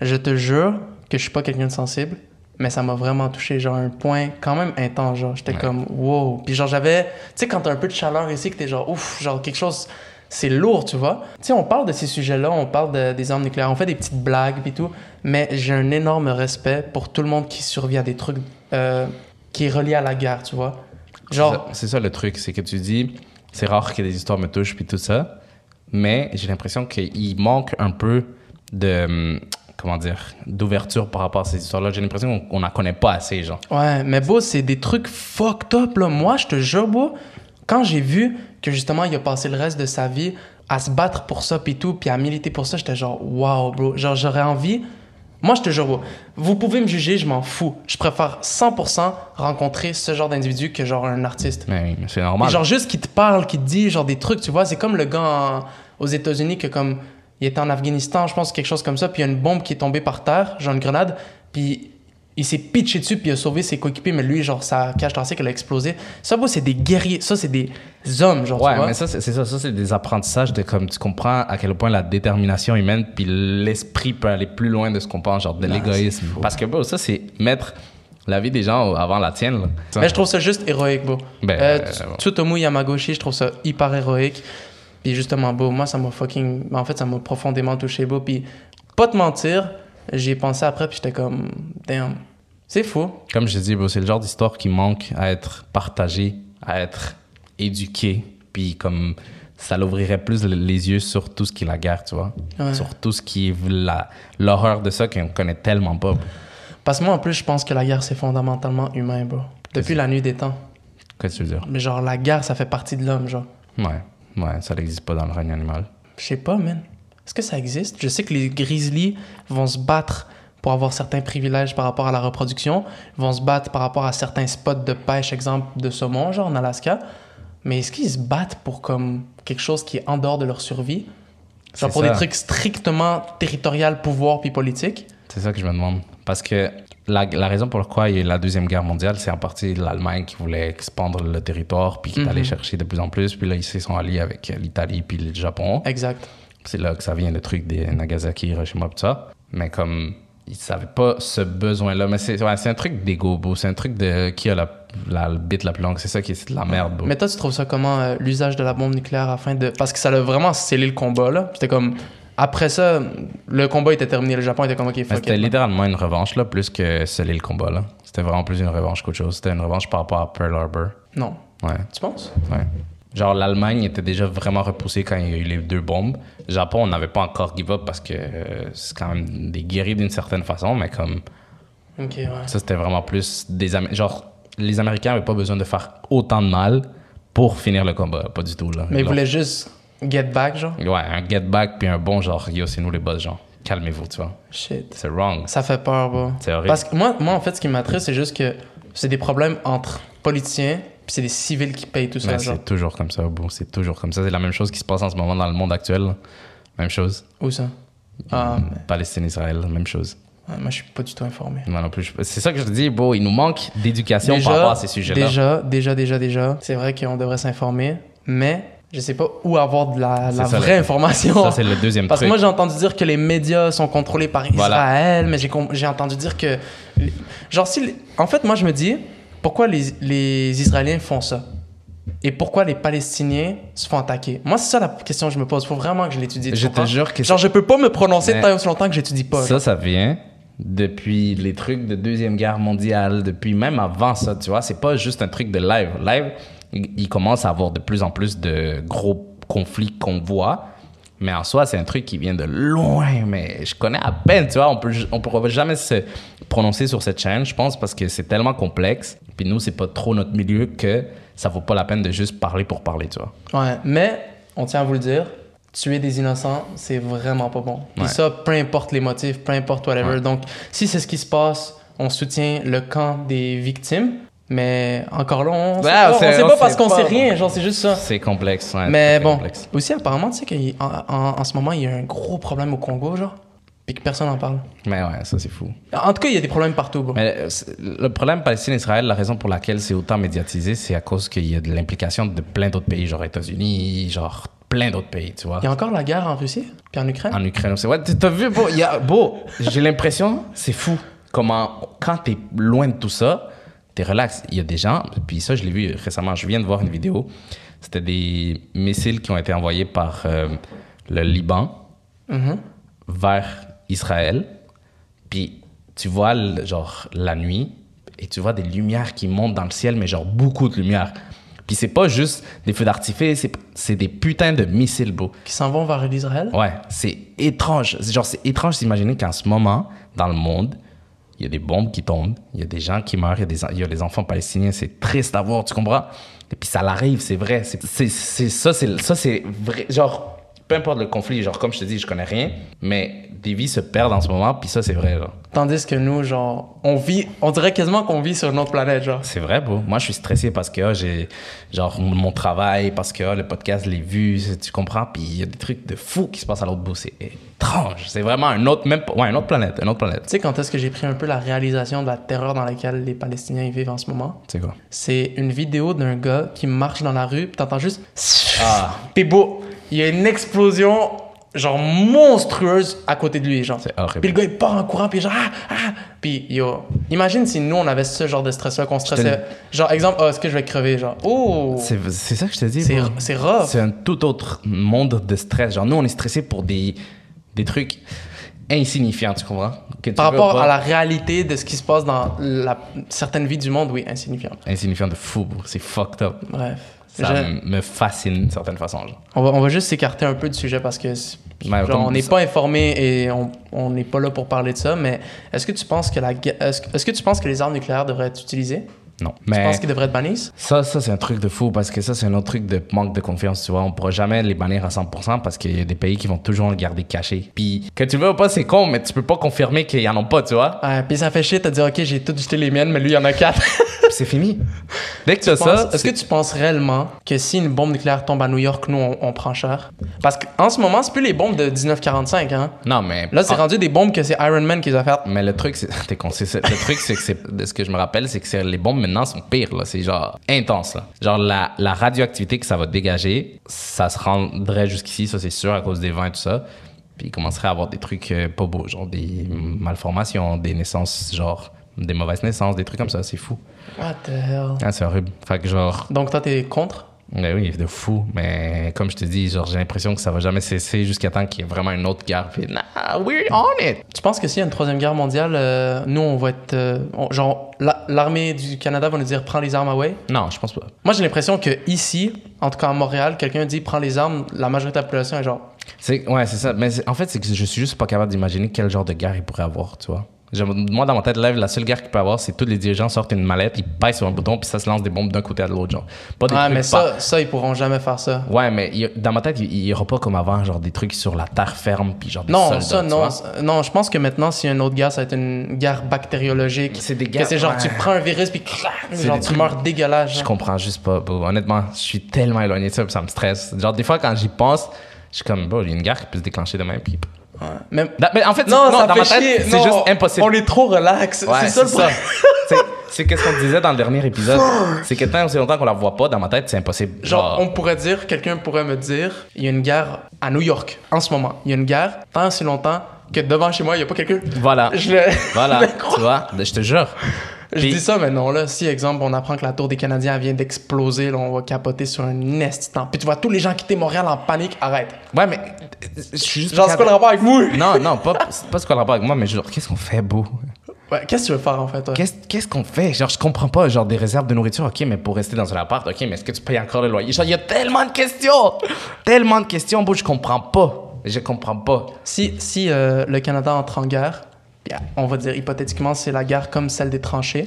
Speaker 1: je te jure que je suis pas quelqu'un de sensible, mais ça m'a vraiment touché. Genre un point quand même intense. Genre, j'étais
Speaker 2: Ouais.
Speaker 1: comme wow. Puis genre j'avais, tu sais, quand t'as un peu de chaleur ici, que t'es genre ouf, genre quelque chose. C'est lourd, tu vois. Tu sais, on parle de ces sujets-là, on parle de- des armes nucléaires, on fait des petites blagues et tout, mais j'ai un énorme respect pour tout le monde qui survit à des trucs euh, qui est relié à la guerre, tu vois. Genre,
Speaker 2: C'est ça- C'est ça le truc, c'est que tu dis, c'est rare que des histoires me touchent, puis tout ça, mais j'ai l'impression qu'il manque un peu de, hum, comment dire, d'ouverture par rapport à ces histoires-là. J'ai l'impression qu'on n'en connaît pas assez, genre.
Speaker 1: ouais, mais beau, c'est des trucs fucked up, là. Moi, je te jure, beau, quand j'ai vu que justement, il a passé le reste de sa vie à se battre pour ça, pis tout, puis à militer pour ça, j'étais genre, wow, bro. Genre, j'aurais envie. Moi, je te jure, beau, vous pouvez me juger, je m'en fous. Je préfère 100% rencontrer ce genre d'individu que genre un artiste.
Speaker 2: Mais oui, mais c'est
Speaker 1: Et
Speaker 2: normal.
Speaker 1: genre juste qui te parle, qui te dit genre des trucs, tu vois, c'est comme le gars en- aux États-Unis que comme il était en Afghanistan, je pense quelque chose comme ça, puis il y a une bombe qui est tombée par terre, genre une grenade, puis il s'est pitché dessus puis il a sauvé ses coéquipiers, mais lui genre sa cage thoracique elle a explosé. Ça bon, c'est des guerriers, ça c'est des hommes genre tu
Speaker 2: Ouais,
Speaker 1: vois.
Speaker 2: mais ça, c'est c'est ça. Ça, c'est des apprentissages de comme tu comprends à quel point la détermination humaine puis l'esprit peut aller plus loin de ce qu'on pense, genre de
Speaker 1: Ah,
Speaker 2: l'égoïsme. Parce que, bro, ça, c'est mettre la vie des gens avant la tienne. là.
Speaker 1: Mais je trouve ça juste héroïque, beau.
Speaker 2: Ben,
Speaker 1: Euh,
Speaker 2: euh,
Speaker 1: Tsu-
Speaker 2: bon.
Speaker 1: Tsutomu Yamagoshi, je trouve ça hyper héroïque. Puis justement, beau, moi, ça m'a fucking. En fait, ça m'a profondément touché, beau. Puis, pas te mentir, j'y ai pensé après, puis j'étais comme, damn, c'est fou.
Speaker 2: Comme je dis, bro, c'est le genre d'histoire qui manque à être partagée, à être éduquée, puis comme ça l'ouvrirait plus le- les yeux sur tout ce qui est la guerre, tu vois.
Speaker 1: Ouais.
Speaker 2: Sur tout ce qui est la- l'horreur de ça qu'on connaît tellement pas.
Speaker 1: Parce que moi, en plus, je pense que la guerre, c'est fondamentalement humain, bro. Depuis la nuit des temps.
Speaker 2: Qu'est-ce que tu veux dire?
Speaker 1: Mais genre, la guerre, ça fait partie de l'homme, genre.
Speaker 2: Ouais, ouais, ça n'existe pas dans le règne animal.
Speaker 1: Je sais pas, man. Est-ce que ça existe? Je sais que les grizzlies vont se battre pour avoir certains privilèges par rapport à la reproduction, vont se battre par rapport à certains spots de pêche, exemple de saumon, genre en Alaska. Mais est-ce qu'ils se battent pour comme quelque chose qui est en dehors de leur survie? Genre
Speaker 2: C'est
Speaker 1: pour
Speaker 2: ça.
Speaker 1: des trucs strictement territorial, pouvoir puis politique?
Speaker 2: C'est ça que je me demande. Parce que la, la raison pour laquelle il y a eu la Deuxième Guerre mondiale, c'est en partie l'Allemagne qui voulait expandre le territoire, puis qui est
Speaker 1: Mhm.
Speaker 2: allée chercher de plus en plus. Puis là, ils se sont alliés avec l'Italie, puis le Japon.
Speaker 1: Exact.
Speaker 2: C'est là que ça vient le truc des Nagasaki, Hiroshima, tout ça. Mais comme ils savaient pas ce besoin-là. Mais c'est ouais, c'est un truc d'ego, beau. C'est un truc de qui a la, la bite la plus longue. C'est ça qui est c'est de la merde, beau.
Speaker 1: Mais toi, tu trouves ça comment euh, l'usage de la bombe nucléaire afin de. Parce que ça l'a vraiment scellé le combat, là. C'était comme. Après ça, le combat était terminé. Le Japon était comme, OK,
Speaker 2: Mais
Speaker 1: fuck
Speaker 2: c'était
Speaker 1: it.
Speaker 2: littéralement une revanche, là, plus que sceller le combat, là. C'était vraiment plus une revanche qu'autre chose. C'était une revanche par rapport à Pearl Harbor.
Speaker 1: Non.
Speaker 2: Ouais.
Speaker 1: Tu penses?
Speaker 2: Ouais. Genre, l'Allemagne était déjà vraiment repoussée quand il y a eu les deux bombes. Le Japon, on n'avait pas encore give up parce que euh, c'est quand même des guerriers d'une certaine façon, mais comme
Speaker 1: OK, ouais.
Speaker 2: ça, c'était vraiment plus des. Am- Genre, les Américains n'avaient pas besoin de faire autant de mal pour finir le combat, pas du tout. Là.
Speaker 1: Mais ils
Speaker 2: Leur-
Speaker 1: voulaient juste get back, genre.
Speaker 2: Ouais, un get back puis un bon genre, yo, c'est nous les boss, genre, calmez-vous, tu vois.
Speaker 1: Shit.
Speaker 2: C'est wrong.
Speaker 1: Ça fait peur, bro.
Speaker 2: C'est horrible.
Speaker 1: Parce que moi, moi, en fait, ce qui m'attriste, c'est juste que c'est des problèmes entre politiciens, puis c'est des civils qui payent tout ça,
Speaker 2: Mais
Speaker 1: genre.
Speaker 2: c'est toujours comme ça, bon, c'est toujours comme ça. C'est la même chose qui se passe en ce moment dans le monde actuel. là. Même chose.
Speaker 1: Où ça? Ah,
Speaker 2: Mm.
Speaker 1: mais-
Speaker 2: Palestine-Israël, même chose.
Speaker 1: ouais, moi, je suis pas du tout informé.
Speaker 2: Moi non plus. je- C'est ça que je te dis, bro, il nous manque d'éducation par rapport à ces sujets-là.
Speaker 1: Déjà, déjà, déjà, déjà. C'est vrai qu'on devrait s'informer, mais je sais pas où avoir de la, la
Speaker 2: C'est ça,
Speaker 1: vraie
Speaker 2: le-
Speaker 1: information.
Speaker 2: Ça, c'est le deuxième
Speaker 1: Parce que
Speaker 2: truc.
Speaker 1: moi, j'ai entendu dire que les médias sont contrôlés par Israël,
Speaker 2: Voilà.
Speaker 1: mais j'ai, com- j'ai entendu dire que. Genre, si. les- En fait, moi, je me dis, pourquoi les, les Israéliens font ça Et pourquoi les Palestiniens se font attaquer Moi, c'est ça la question que je me pose. Faut vraiment que je l'étudie. tu
Speaker 2: je te
Speaker 1: comprends?
Speaker 2: jure que
Speaker 1: Genre, je peux pas me prononcer
Speaker 2: Mais-
Speaker 1: tant et aussi longtemps que j'étudie pas.
Speaker 2: Ça, ça vient depuis les trucs de Deuxième Guerre mondiale, depuis même avant ça, tu vois. C'est pas juste un truc de live. Live, il il commence à avoir de plus en plus de gros conflits qu'on voit. Mais en soi, c'est un truc qui vient de loin, mais je connais à peine, tu vois. On peut, ju- on pourra jamais se prononcer sur cette chaîne, je pense, parce que c'est tellement complexe. Puis nous, c'est pas trop notre milieu que ça vaut pas la peine de juste parler pour parler, tu vois.
Speaker 1: Ouais, mais on tient à vous le dire, tuer des innocents, c'est vraiment pas bon. Puis
Speaker 2: Ouais.
Speaker 1: ça, peu importe les motifs, peu importe whatever.
Speaker 2: Ouais.
Speaker 1: Donc, si c'est ce qui se passe, on soutient le camp des victimes, mais encore là, on sait
Speaker 2: Ouais,
Speaker 1: pas,
Speaker 2: on
Speaker 1: on
Speaker 2: sait-
Speaker 1: sait
Speaker 2: on
Speaker 1: pas
Speaker 2: sait
Speaker 1: parce qu'on
Speaker 2: pas.
Speaker 1: sait rien, genre c'est juste ça.
Speaker 2: C'est complexe, ouais,
Speaker 1: Ah. Mais
Speaker 2: c'est
Speaker 1: bon,
Speaker 2: complexe.
Speaker 1: aussi apparemment, tu sais qu'en en, en ce moment, il y a un gros problème au Congo, genre, puis que personne n'en parle.
Speaker 2: Mais ouais, ça, c'est fou.
Speaker 1: En tout cas, il y a des problèmes partout, bro.
Speaker 2: Mais euh, c'est- le problème Palestine-Israël, la raison pour laquelle c'est autant médiatisé, c'est à cause qu'il y a de l'implication de plein d'autres pays, genre États-Unis, genre plein d'autres pays, tu vois.
Speaker 1: Il y a encore la guerre en Russie, puis en Ukraine.
Speaker 2: En Ukraine, c'est ouais, t- t'as vu, beau, il y a, beau, j'ai l'impression, c'est fou, comment, quand t'es loin de tout ça, t'es relax. Il y a des gens, puis ça, je l'ai vu récemment, je viens de voir une vidéo, c'était des missiles qui ont été envoyés par euh, le Liban
Speaker 1: Mhm.
Speaker 2: vers Israël, puis tu vois le- genre la nuit et tu vois des lumières qui montent dans le ciel, mais genre beaucoup de lumières. Puis c'est pas juste des feux d'artifice, c'est- c'est des putains de missiles, bro.
Speaker 1: Qui s'en vont vers l'Israël.
Speaker 2: Ouais, c'est étrange. C'est Genre c'est étrange d'imaginer qu'en ce moment dans le monde il y a des bombes qui tombent, il y a des gens qui meurent, il y a des, en- il y a des enfants palestiniens, c'est triste à voir, tu comprends? Et puis ça l'arrive, c'est vrai. C'est, c'est, c'est- ça, c'est, ça, c'est vrai. Genre, peu importe le conflit, genre, comme je te dis, je connais rien, mais des vies se perdent en ce moment, puis ça, c'est vrai, genre.
Speaker 1: Tandis que nous, genre, on vit, on dirait quasiment qu'on vit sur une autre planète, genre.
Speaker 2: C'est vrai, bro. Moi, je suis stressé parce que ah, j'ai, genre, m- mon travail, parce que ah, le podcast, les vues, c'est- tu comprends? Puis il y a des trucs de fous qui se passent à l'autre bout. C'est étrange. C'est vraiment un autre, même, pas- ouais, une autre planète, une autre planète.
Speaker 1: Tu sais, quand est-ce que j'ai pris un peu la réalisation de la terreur dans laquelle les Palestiniens y vivent en ce moment?
Speaker 2: C'est quoi?
Speaker 1: C'est une vidéo d'un gars qui marche dans la rue, puis t'entends juste.
Speaker 2: Ah.
Speaker 1: T'es beau! Il y a une explosion, genre monstrueuse, à côté de lui, genre.
Speaker 2: C'est horrible.
Speaker 1: Puis le gars, il part en courant, puis genre. Ah, ah. Puis yo, imagine si nous, on avait ce genre de stress-là, qu'on
Speaker 2: te
Speaker 1: stressait. Genre, exemple, Ah, est-ce que je vais crever? Genre, oh!
Speaker 2: C'est, c'est ça que je te dis,
Speaker 1: C'est
Speaker 2: bro.
Speaker 1: c'est rough.
Speaker 2: C'est un tout autre monde de stress. Genre, nous, on est stressé pour des, des trucs insignifiants, tu comprends? Que tu
Speaker 1: Par
Speaker 2: veux ou
Speaker 1: rapport
Speaker 2: pas,
Speaker 1: à la réalité de ce qui se passe dans la... certaines vies du monde, oui, insignifiant.
Speaker 2: Insignifiant de fou, bro. c'est fucked up.
Speaker 1: Bref.
Speaker 2: Ça
Speaker 1: Je-
Speaker 2: m- me fascine d'une certaine façon. genre.
Speaker 1: On va, on va juste s'écarter un peu du sujet parce Ben, que c'est-
Speaker 2: Mais
Speaker 1: genre,
Speaker 2: comme-
Speaker 1: on n'est pas informé et on on n'est pas là pour parler de ça. Mais est-ce que tu penses que la guerre- est-ce que- est-ce que tu penses que les armes nucléaires devraient être utilisées
Speaker 2: Non.
Speaker 1: Tu
Speaker 2: Mais
Speaker 1: penses qu'ils devraient être bannis
Speaker 2: ça, ça c'est un truc de fou parce que ça, c'est un autre truc de manque de confiance, tu vois. On pourra jamais les bannir à 100% parce qu'il y a des pays qui vont toujours le garder caché. Puis, que tu veux ou pas, c'est con, mais tu peux pas confirmer qu'ils en ont pas, tu vois.
Speaker 1: Ouais, Euh, Puis ça fait chier de te dire ok j'ai tout jeté les miennes mais lui il y en a quatre.
Speaker 2: c'est fini. Dès que tu as
Speaker 1: Tu penses-
Speaker 2: ça,
Speaker 1: Est-ce que tu penses réellement que si une bombe nucléaire tombe à New York nous on, on prend cher Parce qu'en ce moment c'est plus les bombes de 1945 hein.
Speaker 2: Non, mais.
Speaker 1: Là c'est
Speaker 2: Ah.
Speaker 1: rendu des bombes que c'est Iron Man qui les a faites.
Speaker 2: Mais le truc, c'est. T'es con, c'est ça. Le truc, c'est que c'est. De ce que je me rappelle, c'est que c'est- les bombes maintenant sont pires, là. C'est genre intense, là. Genre la, la radioactivité que ça va dégager, ça se rendrait jusqu'ici, ça c'est sûr, à cause des vents et tout ça. Puis il commencerait à avoir des trucs euh, pas beaux, genre des malformations, des naissances, genre des mauvaises naissances, des trucs comme ça. C'est fou.
Speaker 1: What the hell
Speaker 2: Ah, c'est horrible. Fait que genre.
Speaker 1: Donc toi t'es contre
Speaker 2: Mais oui, de fou. Mais comme je te dis, genre j'ai l'impression que ça va jamais cesser jusqu'à temps qu'il y ait vraiment une autre guerre. Puis nah, we're on it!
Speaker 1: Tu penses que s'il y a une troisième guerre mondiale, euh, nous, on va être. euh, on- genre, la- l'armée du Canada va nous dire prends les armes away.
Speaker 2: Non, je pense pas.
Speaker 1: Moi, j'ai l'impression que ici, en tout cas à Montréal, quelqu'un dit prends les armes, la majorité de la population est genre.
Speaker 2: C'est, ouais, c'est ça. Mais c'est- en fait, c'est que je suis juste pas capable d'imaginer quel genre de guerre il pourrait avoir, tu vois. Je- moi, dans ma tête, là, la seule guerre qu'il peut avoir, c'est tous les dirigeants sortent une mallette, ils pèsent sur un bouton, puis ça se lance des bombes d'un côté à l'autre, genre. Pas des
Speaker 1: Ah,
Speaker 2: trucs
Speaker 1: mais
Speaker 2: pas-
Speaker 1: ça, ça, ils pourront jamais faire ça.
Speaker 2: Ouais, mais il y a- dans ma tête, il il y aura pas comme avant, genre des trucs sur la terre ferme, puis genre des
Speaker 1: Non,
Speaker 2: soldats,
Speaker 1: ça,
Speaker 2: tu
Speaker 1: non.
Speaker 2: vois.
Speaker 1: ça- Non, je pense que maintenant, s'il y a une autre guerre, ça va être une guerre bactériologique.
Speaker 2: C'est des
Speaker 1: Que
Speaker 2: guerres,
Speaker 1: c'est genre,
Speaker 2: ouais.
Speaker 1: tu prends un virus, puis clac,
Speaker 2: C'est
Speaker 1: genre,
Speaker 2: des
Speaker 1: tu
Speaker 2: trucs-
Speaker 1: meurs dégueulasse.
Speaker 2: Je
Speaker 1: genre.
Speaker 2: comprends juste pas, bro. Honnêtement, je suis tellement éloigné de ça, puis ça me stresse. Genre, des fois, quand j'y pense, je suis comme, bro, il y a une guerre qui peut se déclencher demain, puis
Speaker 1: Même...
Speaker 2: Da- mais en fait, c'est-
Speaker 1: Non, ça
Speaker 2: dans
Speaker 1: fait
Speaker 2: ma tête,
Speaker 1: chier.
Speaker 2: c'est
Speaker 1: non,
Speaker 2: juste impossible.
Speaker 1: On est trop relax.
Speaker 2: Ouais,
Speaker 1: c'est ça le problème.
Speaker 2: C'est- C'est qu'est-ce qu'on disait dans le dernier épisode. C'est que tant aussi longtemps qu'on la voit pas, dans ma tête, c'est impossible.
Speaker 1: Genre, on pourrait dire, quelqu'un pourrait me dire, il y a une guerre à New York en ce moment. Il y a une guerre tant et si longtemps que devant chez moi, il n'y a pas quelqu'un.
Speaker 2: Voilà.
Speaker 1: Je, le-
Speaker 2: Voilà.
Speaker 1: je
Speaker 2: tu vois, je te jure. Puis-
Speaker 1: dis ça maintenant, là. Si, exemple, on apprend que la tour des Canadiens vient d'exploser, là, on va capoter sur un nest temps. Puis tu vois tous les gens quitter Montréal en panique, arrête.
Speaker 2: Ouais, mais je suis juste.
Speaker 1: Genre, c'est quoi le rapport avec vous?
Speaker 2: Non, non, pas, c'est pas ce qu'on a rapport avec moi, mais genre, qu'est-ce qu'on fait, beau?
Speaker 1: Ouais, qu'est-ce que tu veux faire en fait, toi?
Speaker 2: Qu'est-ce qu'est-ce qu'on fait? Genre, je comprends pas. Genre, des réserves de nourriture, ok, mais pour rester dans un appart, ok, mais est-ce que tu payes encore le loyer? Genre, il y a tellement de questions! Tellement de questions, beau, je comprends pas. Je comprends pas.
Speaker 1: Si, si euh, le Canada entre en guerre, puis, on va dire hypothétiquement, c'est la guerre comme celle des tranchées,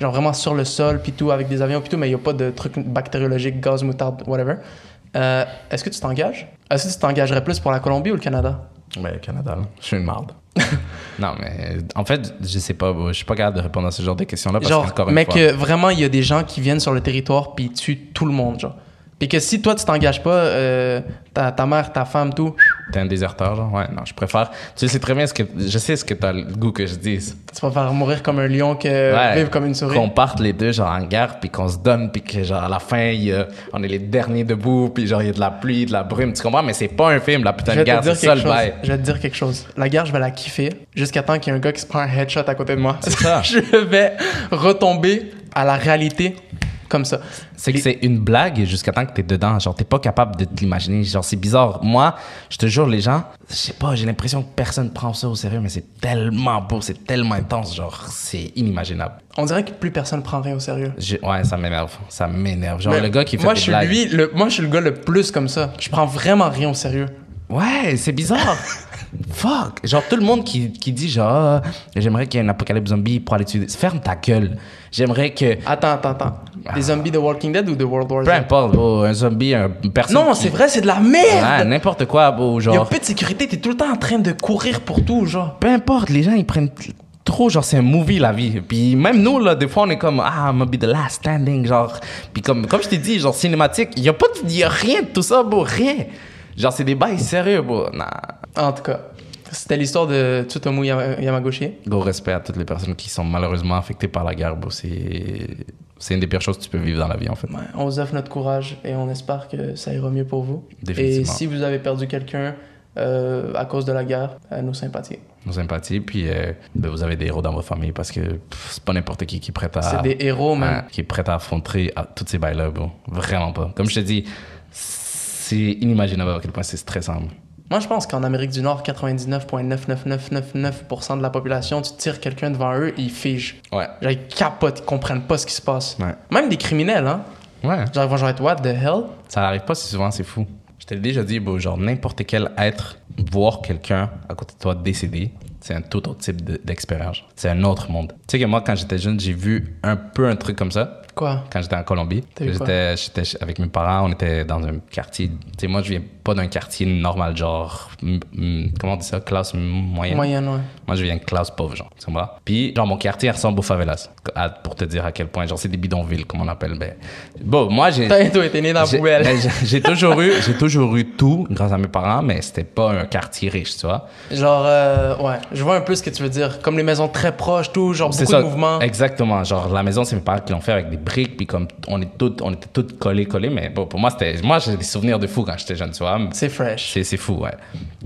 Speaker 1: genre vraiment sur le sol, puis tout, avec des avions, puis tout, mais il n'y a pas de trucs bactériologiques, gaz, moutarde, whatever. Euh, Est-ce que tu t'engages Est-ce que tu t'engagerais plus pour la Colombie ou le Ben, Canada
Speaker 2: Mais Canada, là, je suis une marde. non, mais en fait, je sais pas, bro, je suis pas capable de répondre à ce genre de questions-là parce
Speaker 1: Genre,
Speaker 2: qu'encore une
Speaker 1: mais
Speaker 2: fois.
Speaker 1: que vraiment, il y a des gens qui viennent sur le territoire, puis ils tuent tout le monde, genre. Puis que si toi, tu t'engages pas, euh, ta, ta mère, ta femme, tout,
Speaker 2: T'es un déserteur, genre, ouais, non, je préfère. Tu sais très bien ce que. Je sais ce que t'as le goût que je dise.
Speaker 1: tu vas faire mourir comme un lion que
Speaker 2: Ouais.
Speaker 1: Euh, vivre comme une souris.
Speaker 2: Qu'on parte les deux, genre, en guerre, puis qu'on se donne, puis que, genre, à la fin, il y a- on est les derniers debout, puis genre, il y a de la pluie, de la brume, tu comprends? Mais c'est pas un film, la putain
Speaker 1: Je
Speaker 2: de
Speaker 1: vais,
Speaker 2: guerre,
Speaker 1: te
Speaker 2: c'est
Speaker 1: dire
Speaker 2: ça
Speaker 1: quelque
Speaker 2: le
Speaker 1: chose.
Speaker 2: bail.
Speaker 1: je vais te dire quelque chose. La guerre, je vais la kiffer jusqu'à temps qu'il y ait un gars qui se prend un headshot à côté de moi.
Speaker 2: C'est ça.
Speaker 1: je vais retomber à la réalité comme ça.
Speaker 2: C'est que c'est une blague jusqu'à temps que t'es dedans. Genre, t'es pas capable de te l'imaginer. Genre, c'est bizarre. Moi, je te jure, les gens, je sais pas, j'ai l'impression que personne prend ça au sérieux, mais c'est tellement beau, c'est tellement intense. Genre, c'est inimaginable.
Speaker 1: On dirait que plus personne prend rien au sérieux.
Speaker 2: Je- ouais, ça m'énerve. Ça m'énerve. Genre,
Speaker 1: Mais
Speaker 2: le gars qui fait
Speaker 1: moi,
Speaker 2: des
Speaker 1: je suis
Speaker 2: blagues.
Speaker 1: lui, le, moi, je suis le gars le plus comme ça. Je prends vraiment rien au sérieux.
Speaker 2: Ouais, c'est bizarre. Fuck. Genre, tout le monde qui, qui dit, genre, Ah, j'aimerais qu'il y ait un apocalypse zombie pour aller tuer. des- Ferme ta gueule. J'aimerais que.
Speaker 1: Attends, attends, attends.
Speaker 2: Ah.
Speaker 1: Des zombies de Walking Dead ou de World War Z?
Speaker 2: Peu importe, bro, un zombie, un une personne.
Speaker 1: Non,
Speaker 2: qui-
Speaker 1: c'est vrai, c'est de la merde.
Speaker 2: Ouais, n'importe quoi, bro.
Speaker 1: Il y a
Speaker 2: Genre.
Speaker 1: peu de sécurité, t'es tout le temps en train de courir pour tout, genre.
Speaker 2: peu importe, les gens ils prennent t- trop, genre c'est un movie la vie. Puis même nous, là, des fois on est comme, ah, I'm gonna be the last standing, genre. Puis comme, comme je t'ai dit, genre cinématique, il y a, pas de- y a rien de tout ça, bro, rien. Genre c'est des bails sérieux, bro. Nah.
Speaker 1: En tout cas, c'était l'histoire de Tsutomu Yama- Yamagoshi.
Speaker 2: Gros respect à toutes les personnes qui sont malheureusement affectées par la guerre, bro. C'est c'est une des pires choses que tu peux vivre dans la vie, en fait.
Speaker 1: Ouais, on vous offre notre courage et on espère que ça ira mieux pour vous. Et
Speaker 2: Définitivement.
Speaker 1: si vous avez perdu quelqu'un euh, à cause de la guerre, euh, nos sympathies.
Speaker 2: Nos sympathies. Puis euh, ben, vous avez des héros dans votre famille parce que pff, c'est pas n'importe qui qui est prête à.
Speaker 1: C'est des héros,
Speaker 2: Ah. Ouais,
Speaker 1: même.
Speaker 2: Euh, qui est prête à affronter à toutes ces bails-là, bro. Vraiment pas. Comme je te dis, c'est inimaginable à quel point c'est stressant.
Speaker 1: Moi, je pense qu'en Amérique du Nord, 99,99999% de la population, tu tires quelqu'un devant eux, ils figent.
Speaker 2: Ouais.
Speaker 1: Genre, ils capotent, ils comprennent pas ce qui se passe.
Speaker 2: Ouais.
Speaker 1: Même des criminels, hein.
Speaker 2: Ouais.
Speaker 1: Genre, ils vont genre être What the hell?
Speaker 2: Ça n'arrive pas si souvent, c'est fou. Je te l'ai déjà dit, bro, genre n'importe quel être, voir quelqu'un à côté de toi décédé, c'est un tout autre type de- d'expérience. C'est un autre monde. Tu sais que moi, quand j'étais jeune, j'ai vu un peu un truc comme ça.
Speaker 1: Quoi?
Speaker 2: quand j'étais en Colombie.
Speaker 1: T'as vu quoi?
Speaker 2: J'étais j'étais ch- avec mes parents, on était dans un quartier. Tu sais, moi, je viens pas d'un quartier normal, genre, m- m- comment on dit ça, classe m- moyenne.
Speaker 1: Moyen, ouais.
Speaker 2: Moi, je viens de classe pauvre, genre, tu comprends? Puis, genre, mon quartier ressemble aux favelas, à- pour te dire à quel point, genre, c'est des bidonvilles, comme on appelle. Ben, bon, moi, j'ai.
Speaker 1: T'as toi, t'es né dans la
Speaker 2: j'ai-
Speaker 1: poubelle.
Speaker 2: ben, j'ai- J'ai toujours eu, j'ai toujours eu tout grâce à mes parents, mais c'était pas un quartier riche, tu vois.
Speaker 1: Genre, euh, ouais, je vois un peu ce que tu veux dire. Comme les maisons très proches, tout, genre beaucoup
Speaker 2: C'est ça.
Speaker 1: de mouvements.
Speaker 2: Exactement. Genre, la maison, c'est mes parents qui l'ont fait avec des briques, puis comme on, est toutes, on était toutes collés, collés. Mais bon, pour moi, c'était. Moi, j'ai des souvenirs de fou quand j'étais jeune, tu vois.
Speaker 1: C'est fresh.
Speaker 2: C'est c'est fou, ouais.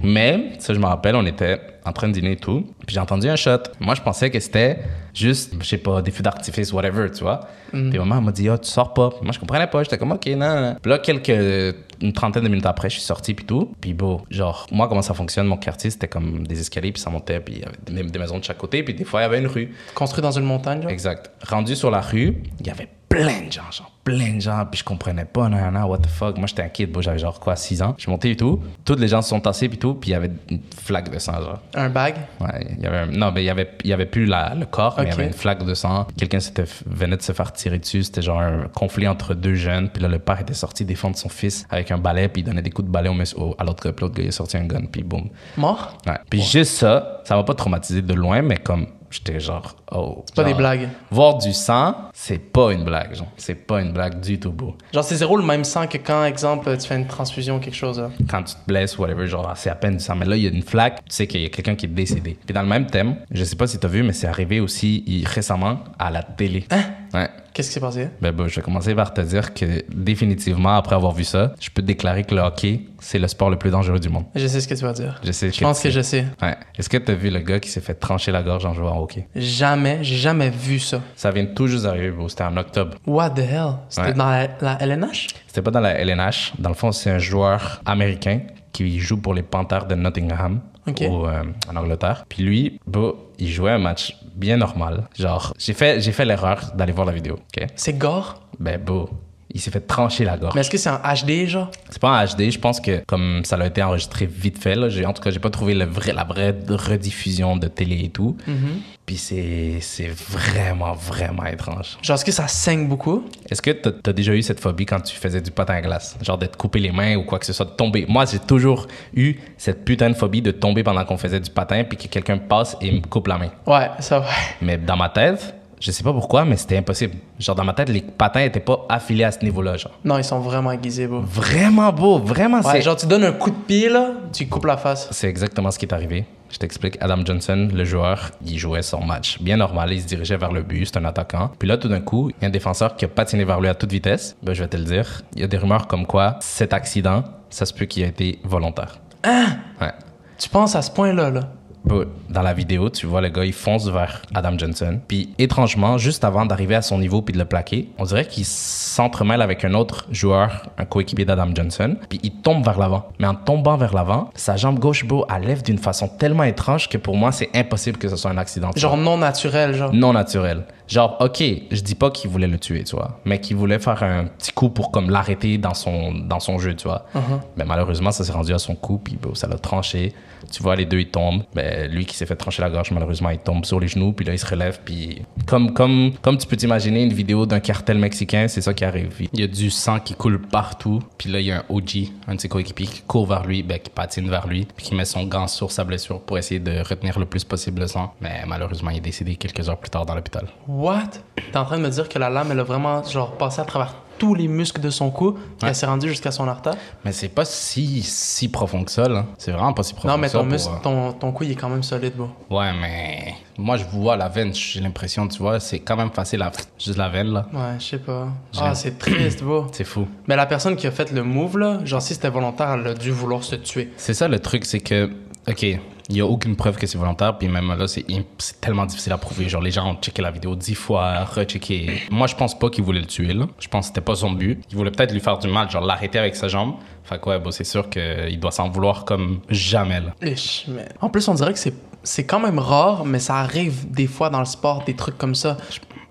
Speaker 2: Mais, ça, je me rappelle, on était en train de dîner et tout, puis j'ai entendu un shot. Moi, je pensais que c'était juste, je sais pas, des feux d'artifice, whatever, tu vois. Puis maman, elle m'a dit, Ah, tu sors pas. Puis Moi, je comprenais pas. J'étais comme, OK, non, non, non. Puis là, quelques, une trentaine de minutes après, je suis sorti, puis tout. Puis beau, genre, moi, comment ça fonctionne, mon quartier, c'était comme des escaliers, puis ça montait, puis il y avait des- des maisons de chaque côté, puis des fois, il y avait une rue.
Speaker 1: Construit dans une montagne, genre.
Speaker 2: Exact. Rendu sur la rue, il y avait plein de gens, genre plein de gens, puis je comprenais pas, non, non, what the fuck. Moi, j'étais un kid, bro, j'avais genre quoi, 6 ans. Je suis monté et tout. Toutes les gens se sont tassés, puis tout, puis il y avait une flaque de sang, genre.
Speaker 1: Un bag.
Speaker 2: Ouais, il y avait un- Non, mais il y avait, il y avait plus la- le corps, mais il y
Speaker 1: Ok.
Speaker 2: avait une flaque de sang. Quelqu'un s'était f- venait de se faire tirer dessus. C'était genre un conflit entre deux jeunes. Puis là, le père était sorti défendre son fils avec un balai, puis il donnait des coups de balai au, monsieur- au- à l'autre gars. Puis l'autre gars, il a sorti un gun, puis boum.
Speaker 1: Mort?
Speaker 2: Ouais. Puis juste ça, ça m'a pas traumatisé de loin, mais comme J'étais genre, oh.
Speaker 1: C'est pas des
Speaker 2: genre,
Speaker 1: blagues.
Speaker 2: Voir du sang, c'est pas une blague, genre. C'est pas une blague du tout, beau.
Speaker 1: Genre, c'est zéro le même sang que quand, exemple, tu fais une transfusion ou quelque chose. là.
Speaker 2: Quand tu te blesses, whatever, genre, c'est à peine du sang. Mais là, il y a une flaque, tu sais qu'il y a quelqu'un qui est décédé. Puis dans le même thème, je sais pas si t'as vu, mais c'est arrivé aussi il- récemment à la télé.
Speaker 1: Hein?
Speaker 2: Ouais.
Speaker 1: Qu'est-ce qui s'est passé?
Speaker 2: Ben, bon, je vais commencer par te dire que définitivement, après avoir vu ça, je peux te déclarer que le hockey, c'est le sport le plus dangereux du monde.
Speaker 1: Je sais ce que tu vas dire.
Speaker 2: Je sais
Speaker 1: Je pense que
Speaker 2: tu-
Speaker 1: je sais.
Speaker 2: Ouais. Est-ce que t'as vu le gars qui s'est fait trancher la gorge en jouant au hockey?
Speaker 1: Jamais, j'ai jamais vu ça.
Speaker 2: Ça vient tout juste d'arriver, bro. C'était en octobre.
Speaker 1: What the hell? C'était
Speaker 2: Ouais.
Speaker 1: dans la, la LNH?
Speaker 2: C'était pas dans la LNH. Dans le fond, c'est un joueur américain qui joue pour les Panthers de Nottingham.
Speaker 1: Ok.
Speaker 2: au, euh, en Angleterre. Puis lui, bah, il jouait un match bien normal. Genre, j'ai fait, j'ai fait l'erreur d'aller voir la vidéo. ok?
Speaker 1: C'est gore?
Speaker 2: Ben, beau. Il s'est fait trancher la gorge.
Speaker 1: Mais est-ce que c'est en HD, genre?
Speaker 2: C'est pas en HD, je pense que comme ça l'a été enregistré vite fait, là, j'ai- en tout cas, j'ai pas trouvé le vrai, la vraie rediffusion de télé et tout.
Speaker 1: Mhm.
Speaker 2: Puis c'est, c'est vraiment, vraiment étrange.
Speaker 1: Genre, est-ce que ça saigne beaucoup?
Speaker 2: Est-ce que t'as, t'as déjà eu cette phobie quand tu faisais du patin à glace? Genre de te couper les mains ou quoi que ce soit, de tomber. Moi, j'ai toujours eu cette putain de phobie de tomber pendant qu'on faisait du patin puis que quelqu'un passe et me coupe la main.
Speaker 1: Ouais, ça ouais.
Speaker 2: Mais dans ma tête, je sais pas pourquoi, mais c'était impossible. Genre dans ma tête, les patins étaient pas affilés à ce niveau-là, genre.
Speaker 1: Non, ils sont vraiment aiguisés, bro.
Speaker 2: Vraiment beau, vraiment
Speaker 1: Ouais,
Speaker 2: c'est-
Speaker 1: genre, tu donnes un coup de pied, là, tu coupes la face.
Speaker 2: C'est exactement ce qui est arrivé. Je t'explique. Adam Johnson, le joueur, il jouait son match. Bien normal, il se dirigeait vers le but, c'est un attaquant. Puis là, tout d'un coup, il y a un défenseur qui a patiné vers lui à toute vitesse. Ben, je vais te le dire. Il y a des rumeurs comme quoi cet accident, ça se peut qu'il a été volontaire. Hein? Ouais.
Speaker 1: Tu penses à ce point-là, là?
Speaker 2: Bon, Dans la vidéo, tu vois le gars, il fonce vers Adam Johnson. Puis étrangement, juste avant d'arriver à son niveau puis de le plaquer, on dirait qu'il s'entremêle avec un autre joueur, un coéquipier d'Adam Johnson. Puis il tombe vers l'avant. Mais en tombant vers l'avant, sa jambe gauche, beau, elle lève d'une façon tellement étrange que pour moi, c'est impossible que ce soit un accident. tu
Speaker 1: Genre
Speaker 2: vois.
Speaker 1: non naturel, genre.
Speaker 2: non naturel. Genre, ok, je dis pas qu'il voulait le tuer, tu vois, mais qu'il voulait faire un petit coup pour comme l'arrêter dans son, dans son jeu, tu vois.
Speaker 1: Mhm.
Speaker 2: Mais malheureusement, ça s'est rendu à son cou, puis bon, ça l'a tranché. Tu vois, les deux, ils tombent. Ben, lui qui s'est fait trancher la gorge, malheureusement, il tombe sur les genoux, puis là, il se relève, puis comme, comme, comme tu peux t'imaginer une vidéo d'un cartel mexicain, c'est ça qui arrive. Il y a du sang qui coule partout, puis là, il y a un OG, un de ses coéquipiers, qui court vers lui, ben, qui patine vers lui, puis qui met son gant sur sa blessure pour essayer de retenir le plus possible le sang. Mais malheureusement, il est décédé quelques heures plus tard dans l'hôpital.
Speaker 1: What? T'es en train de me dire que la lame, elle a vraiment, genre, passé à travers tous les muscles de son cou, et elle s'est rendue jusqu'à son artère?
Speaker 2: Mais c'est pas si, si profond que ça, là. C'est vraiment pas si profond
Speaker 1: non, mais
Speaker 2: que ça.
Speaker 1: ton,
Speaker 2: pour,
Speaker 1: muscle,
Speaker 2: euh,
Speaker 1: ton, ton cou, il est quand même solide, bro.
Speaker 2: Ouais, mais moi, je vois la veine, j'ai l'impression, tu vois, c'est quand même facile à. Juste la veine, là.
Speaker 1: Ouais, je sais pas.
Speaker 2: J'aime.
Speaker 1: Ah, c'est triste, bro.
Speaker 2: C'est fou.
Speaker 1: Mais la personne qui a fait le move, là, genre, si c'était volontaire, elle a dû vouloir se tuer.
Speaker 2: C'est ça le truc, c'est que, OK, il n'y a aucune preuve que c'est volontaire, puis même là, c'est im- c'est tellement difficile à prouver. Genre, les gens ont checké la vidéo dix fois, rechecké. Moi, je pense pas qu'il voulait le tuer, là. Je pense que c'était pas son but. Il voulait peut-être lui faire du mal, genre l'arrêter avec sa jambe. Fait que, ouais, bon, c'est sûr qu'il doit s'en vouloir comme jamais, là.
Speaker 1: Ich, mais- En plus, on dirait que c'est, c'est quand même rare, mais ça arrive des fois dans le sport, des trucs comme ça.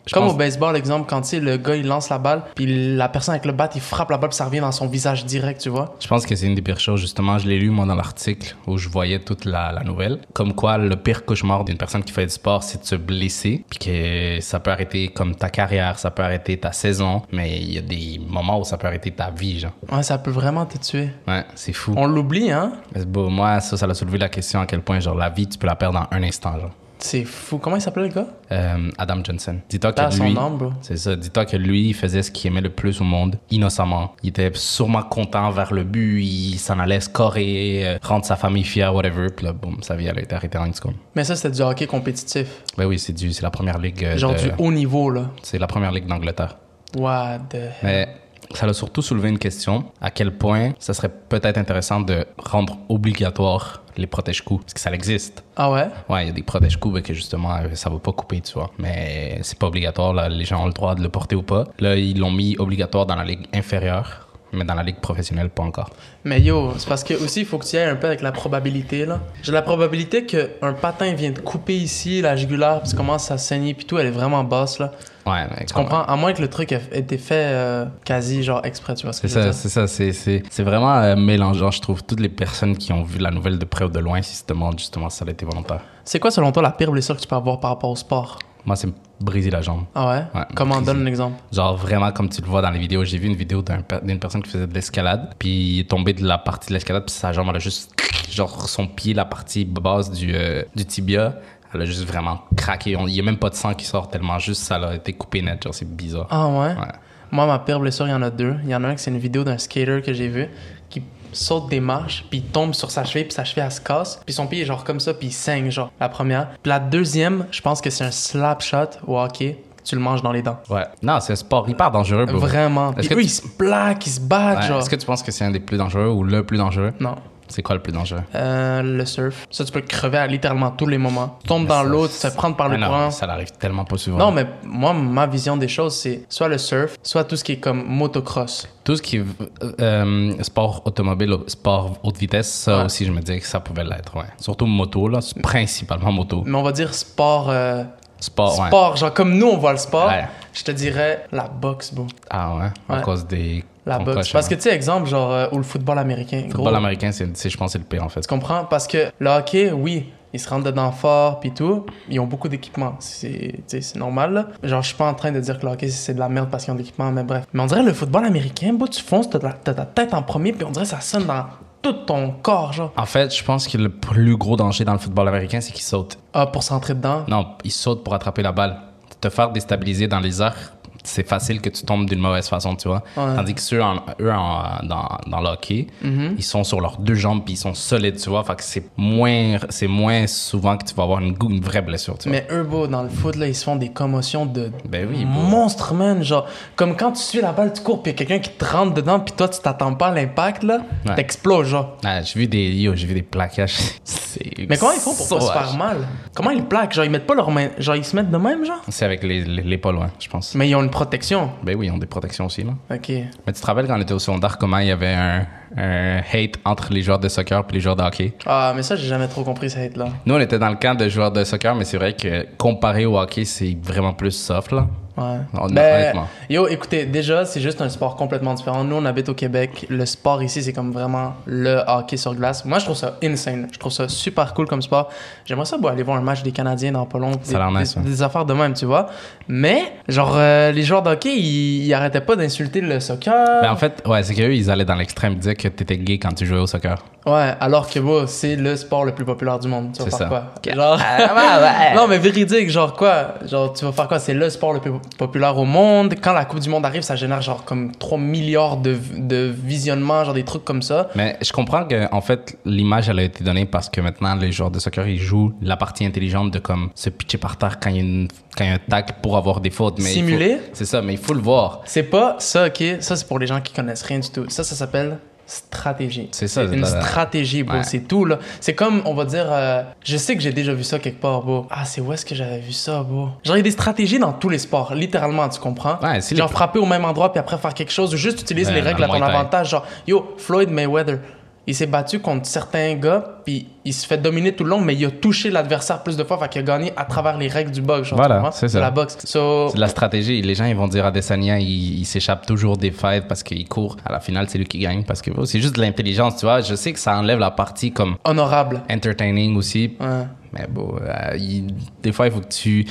Speaker 2: je
Speaker 1: comme
Speaker 2: pense-
Speaker 1: au baseball, exemple, quand tu sais, le gars, il lance la balle, puis la personne avec le bat, il frappe la balle, puis ça revient dans son visage direct, tu vois.
Speaker 2: Je pense que c'est une des pires choses, justement. Je l'ai lu, moi, dans l'article où je voyais toute la, la nouvelle. Comme quoi, le pire cauchemar d'une personne qui fait du sport, c'est de se blesser. Puis que ça peut arrêter comme ta carrière, ça peut arrêter ta saison. Mais il y a des moments où ça peut arrêter ta vie, genre.
Speaker 1: Ouais, ça peut vraiment te tuer.
Speaker 2: Ouais, c'est fou.
Speaker 1: On l'oublie, hein?
Speaker 2: Mais bon, moi, ça, ça a soulevé la question à quel point, genre, la vie, tu peux la perdre en un instant, genre.
Speaker 1: C'est fou. Comment il s'appelait le gars?
Speaker 2: Euh, Adam Johnson. Dis-toi
Speaker 1: T'as
Speaker 2: que
Speaker 1: son
Speaker 2: lui...
Speaker 1: nom, bro.
Speaker 2: C'est ça. Dis-toi que lui, il faisait ce qu'il aimait le plus au monde, innocemment. Il était sûrement content vers le but, il s'en allait scorer, euh, rendre sa famille fière, whatever. Puis là, boum, sa vie, elle a été arrêtée en une seconde.
Speaker 1: Mais ça, c'était du hockey compétitif.
Speaker 2: Ben oui, c'est du, c'est la première ligue. euh,
Speaker 1: Genre
Speaker 2: de-
Speaker 1: du haut niveau, là.
Speaker 2: C'est la première ligue d'Angleterre.
Speaker 1: What the hell?
Speaker 2: Mais ça l'a surtout soulevé une question à quel point ça serait peut-être intéressant de rendre obligatoire les protège-coups, parce que ça existe.
Speaker 1: Ah ouais?
Speaker 2: Ouais, il y a des protège-coups ben, que justement, euh, ça va pas couper, tu vois. Mais c'est pas obligatoire, là, les gens ont le droit de le porter ou pas. Là, ils l'ont mis obligatoire dans la ligue inférieure, mais dans la ligue professionnelle, pas encore.
Speaker 1: Mais yo, c'est parce que aussi, il faut que tu y ailles un peu avec la probabilité, là. J'ai la probabilité qu'un patin vienne te couper ici, la jugulaire, puis tu commences à saigner, puis tout, elle est vraiment basse, là.
Speaker 2: Ah Ouais, mais
Speaker 1: Tu comprends? À moins que le truc ait ait été fait euh, quasi, genre, exprès, tu vois ce que
Speaker 2: C'est
Speaker 1: je veux
Speaker 2: ça,
Speaker 1: dire?
Speaker 2: c'est ça, c'est- c'est c'est vraiment euh, mélangeant, je trouve. Toutes les personnes qui ont vu la nouvelle de près ou de loin, si se demandent justement si ça a été volontaire.
Speaker 1: C'est quoi, selon toi, la pire blessure que tu peux avoir par rapport au sport?
Speaker 2: Moi, c'est me briser la jambe.
Speaker 1: Ah ouais?
Speaker 2: Ouais,
Speaker 1: Comment?
Speaker 2: maîtriser.
Speaker 1: Donne un exemple.
Speaker 2: Genre vraiment comme tu le vois dans les vidéos, j'ai vu une vidéo d'un pe- d'une personne qui faisait de l'escalade, puis il est tombé de la partie de l'escalade, puis sa jambe elle a juste genre son pied, la partie basse du, euh, du tibia, Elle a juste vraiment craqué. On- Il n'y a même pas de sang qui sort tellement juste ça a été coupé net. Genre, c'est bizarre.
Speaker 1: Ah ouais?
Speaker 2: Ouais.
Speaker 1: Moi, ma pire blessure, il y en a deux. Il y en a un que c'est une vidéo d'un skater que j'ai vu qui saute des marches, puis il tombe sur sa cheville, puis sa cheville, elle se casse, puis son pied est genre comme ça, puis il saigne, genre, la première. Puis la deuxième, je pense que c'est un slap shot au hockey, tu le manges dans les dents.
Speaker 2: Ouais. Non, c'est un sport hyper dangereux, bro.
Speaker 1: Vraiment. Puis
Speaker 2: Est-ce
Speaker 1: eux,
Speaker 2: que tu-
Speaker 1: ils se plaquent, ils se battent,
Speaker 2: Ouais.
Speaker 1: genre.
Speaker 2: Est-ce que tu penses que c'est un des plus dangereux ou le plus dangereux?
Speaker 1: Non.
Speaker 2: C'est quoi le plus dangereux?
Speaker 1: Euh, le surf. Ça, tu peux crever à littéralement tous les moments. Tu tombes dans l'eau, tu te fais prendre par le
Speaker 2: Ah non,
Speaker 1: courant.
Speaker 2: Ça l'arrive tellement pas souvent.
Speaker 1: Non, mais moi, ma vision des choses, c'est soit le surf, soit tout ce qui est comme motocross.
Speaker 2: Tout ce qui est euh, sport automobile, sport haute vitesse, ça
Speaker 1: Ouais.
Speaker 2: aussi, je me disais que ça pouvait l'être, ouais. Surtout moto, là, c'est principalement moto.
Speaker 1: Mais on va dire sport. euh,
Speaker 2: Sport, Ah, ouais.
Speaker 1: sport, genre comme nous on voit le sport,
Speaker 2: Ouais.
Speaker 1: je te dirais la boxe, bro.
Speaker 2: Ah ouais, à
Speaker 1: Ouais.
Speaker 2: cause des
Speaker 1: La boxe.
Speaker 2: concussions.
Speaker 1: Parce que tu sais, exemple, genre, euh, ou le football américain.
Speaker 2: le football
Speaker 1: gros.
Speaker 2: américain, c'est, c'est- je pense que c'est le pire, en fait.
Speaker 1: Tu comprends? Parce que le hockey, oui, ils se rentrent dedans fort puis tout. Ils ont beaucoup d'équipements. C'est tu sais, c'est normal. là. Genre, je suis pas en train de dire que le hockey, c'est de la merde parce qu'ils ont de l'équipement, mais bref. Mais on dirait le football américain, bro, tu fonces, t'as ta, t'as ta tête en premier, puis on dirait que ça sonne dans tout ton corps, genre.
Speaker 2: En fait, je pense que le plus gros danger dans le football américain, c'est qu'il saute.
Speaker 1: Ah, pour s'entrer dedans.
Speaker 2: Non, il saute pour attraper la balle. Te faire déstabiliser dans les airs, c'est facile que tu tombes d'une mauvaise façon, tu vois.
Speaker 1: Ouais. Mhm.
Speaker 2: Tandis que ceux, en- eux, en- dans, dans le hockey, ils sont sur leurs deux jambes puis ils sont solides, tu vois. Fait que c'est moins, c'est moins souvent que tu vas avoir une, gou- une vraie blessure, tu vois.
Speaker 1: Mais eux, bro, dans le foot, là, ils se font des commotions de
Speaker 2: Ben oui, bro.
Speaker 1: monstre, man. Genre, comme quand tu suis la balle, tu cours, puis il y a quelqu'un qui te rentre dedans, puis toi, tu t'attends pas à l'impact, là,
Speaker 2: Ouais.
Speaker 1: t'exploses, genre.
Speaker 2: Ah, j'ai vu des yo, j'ai vu des plaquages. C'est
Speaker 1: Mais comment ils font pour pas se
Speaker 2: sauvage.
Speaker 1: faire mal? Comment ils plaquent? Genre, ils mettent pas leurs mains, genre, ils se mettent de même, genre?
Speaker 2: C'est avec les- les- l'épaule, ouais, je pense.
Speaker 1: Mais ils ont une protection.
Speaker 2: Ben oui, ils ont des protections aussi, là.
Speaker 1: Ok.
Speaker 2: Mais tu te rappelles quand on était au secondaire, comment il y avait un, un hate entre les joueurs de soccer et les joueurs de hockey?
Speaker 1: Ah, mais ça, j'ai jamais trop compris, ça être là.
Speaker 2: Nous, on était dans le camp de joueurs de soccer, mais c'est vrai que comparé au hockey, c'est vraiment plus soft, là.
Speaker 1: Ouais.
Speaker 2: Hon-
Speaker 1: Ben,
Speaker 2: honnêtement.
Speaker 1: yo, écoutez, déjà, c'est juste un sport complètement différent. Nous, on habite au Québec. Le sport ici, c'est comme vraiment le hockey sur glace. Moi, je trouve ça insane. Je trouve ça super cool comme sport. J'aimerais ça bon, aller voir un match des Canadiens dans pas long.
Speaker 2: Ça a l'air
Speaker 1: des,
Speaker 2: nice,
Speaker 1: des-
Speaker 2: ouais.
Speaker 1: des affaires de même, tu vois. Mais, genre, euh, les joueurs de hockey, ils, ils arrêtaient pas d'insulter le soccer.
Speaker 2: Ben, en fait, ouais, c'est qu'eux, ils allaient dans l'extrême, ils disaient que t'étais gay quand tu jouais au soccer.
Speaker 1: Ouais, alors que bon, c'est le sport le plus populaire du monde. Tu vas
Speaker 2: C'est
Speaker 1: faire
Speaker 2: ça.
Speaker 1: quoi? Genre... non, mais véridique, genre quoi? Genre, tu vas faire quoi? C'est le sport le plus populaire au monde. Quand la Coupe du Monde arrive, ça génère genre comme 3 milliards de, de visionnements, genre des trucs comme ça.
Speaker 2: Mais je comprends que, en fait, l'image, elle a été donnée parce que maintenant, les joueurs de soccer, ils jouent la partie intelligente de comme se pitcher par terre quand il y a, une- quand il y a un tacle pour avoir des fautes. Mais il faut-
Speaker 1: Simuler?
Speaker 2: C'est ça, mais il faut le voir.
Speaker 1: C'est pas ça, ok? Ça, c'est pour les gens qui connaissent rien du tout. Ça, ça s'appelle stratégie.
Speaker 2: C'est ça,
Speaker 1: Une
Speaker 2: c'est la-
Speaker 1: stratégie, bro.
Speaker 2: Ouais.
Speaker 1: C'est tout, là. C'est comme, on va dire, euh, je sais que j'ai déjà vu ça quelque part, bro. Ah, c'est où est-ce que j'avais vu ça, bro? Genre, il y a des stratégies dans tous les sports, littéralement, tu comprends?
Speaker 2: Ouais, c'est les-
Speaker 1: genre, frapper au même endroit, puis après faire quelque chose, ou juste utiliser
Speaker 2: Ouais,
Speaker 1: les
Speaker 2: dans
Speaker 1: règles
Speaker 2: le
Speaker 1: à ton
Speaker 2: Muay Thai.
Speaker 1: avantage. Genre, yo, Floyd Mayweather. Il s'est battu contre certains gars, puis il se fait dominer tout le long, mais il a touché l'adversaire plus de fois, fait qu'il a gagné à travers les règles du boxe. Genre,
Speaker 2: Voilà,
Speaker 1: tu comprends?
Speaker 2: c'est ça.
Speaker 1: De la boxe. So,
Speaker 2: C'est de la stratégie. Les gens, ils vont dire à Desania, il, il s'échappe toujours des fights parce qu'il court. À la finale, c'est lui qui gagne parce que oh, c'est juste de l'intelligence, tu vois. Je sais que ça enlève la partie comme
Speaker 1: honorable.
Speaker 2: entertaining aussi.
Speaker 1: Ouais.
Speaker 2: Mais bon, euh, il- des fois, il faut que tu,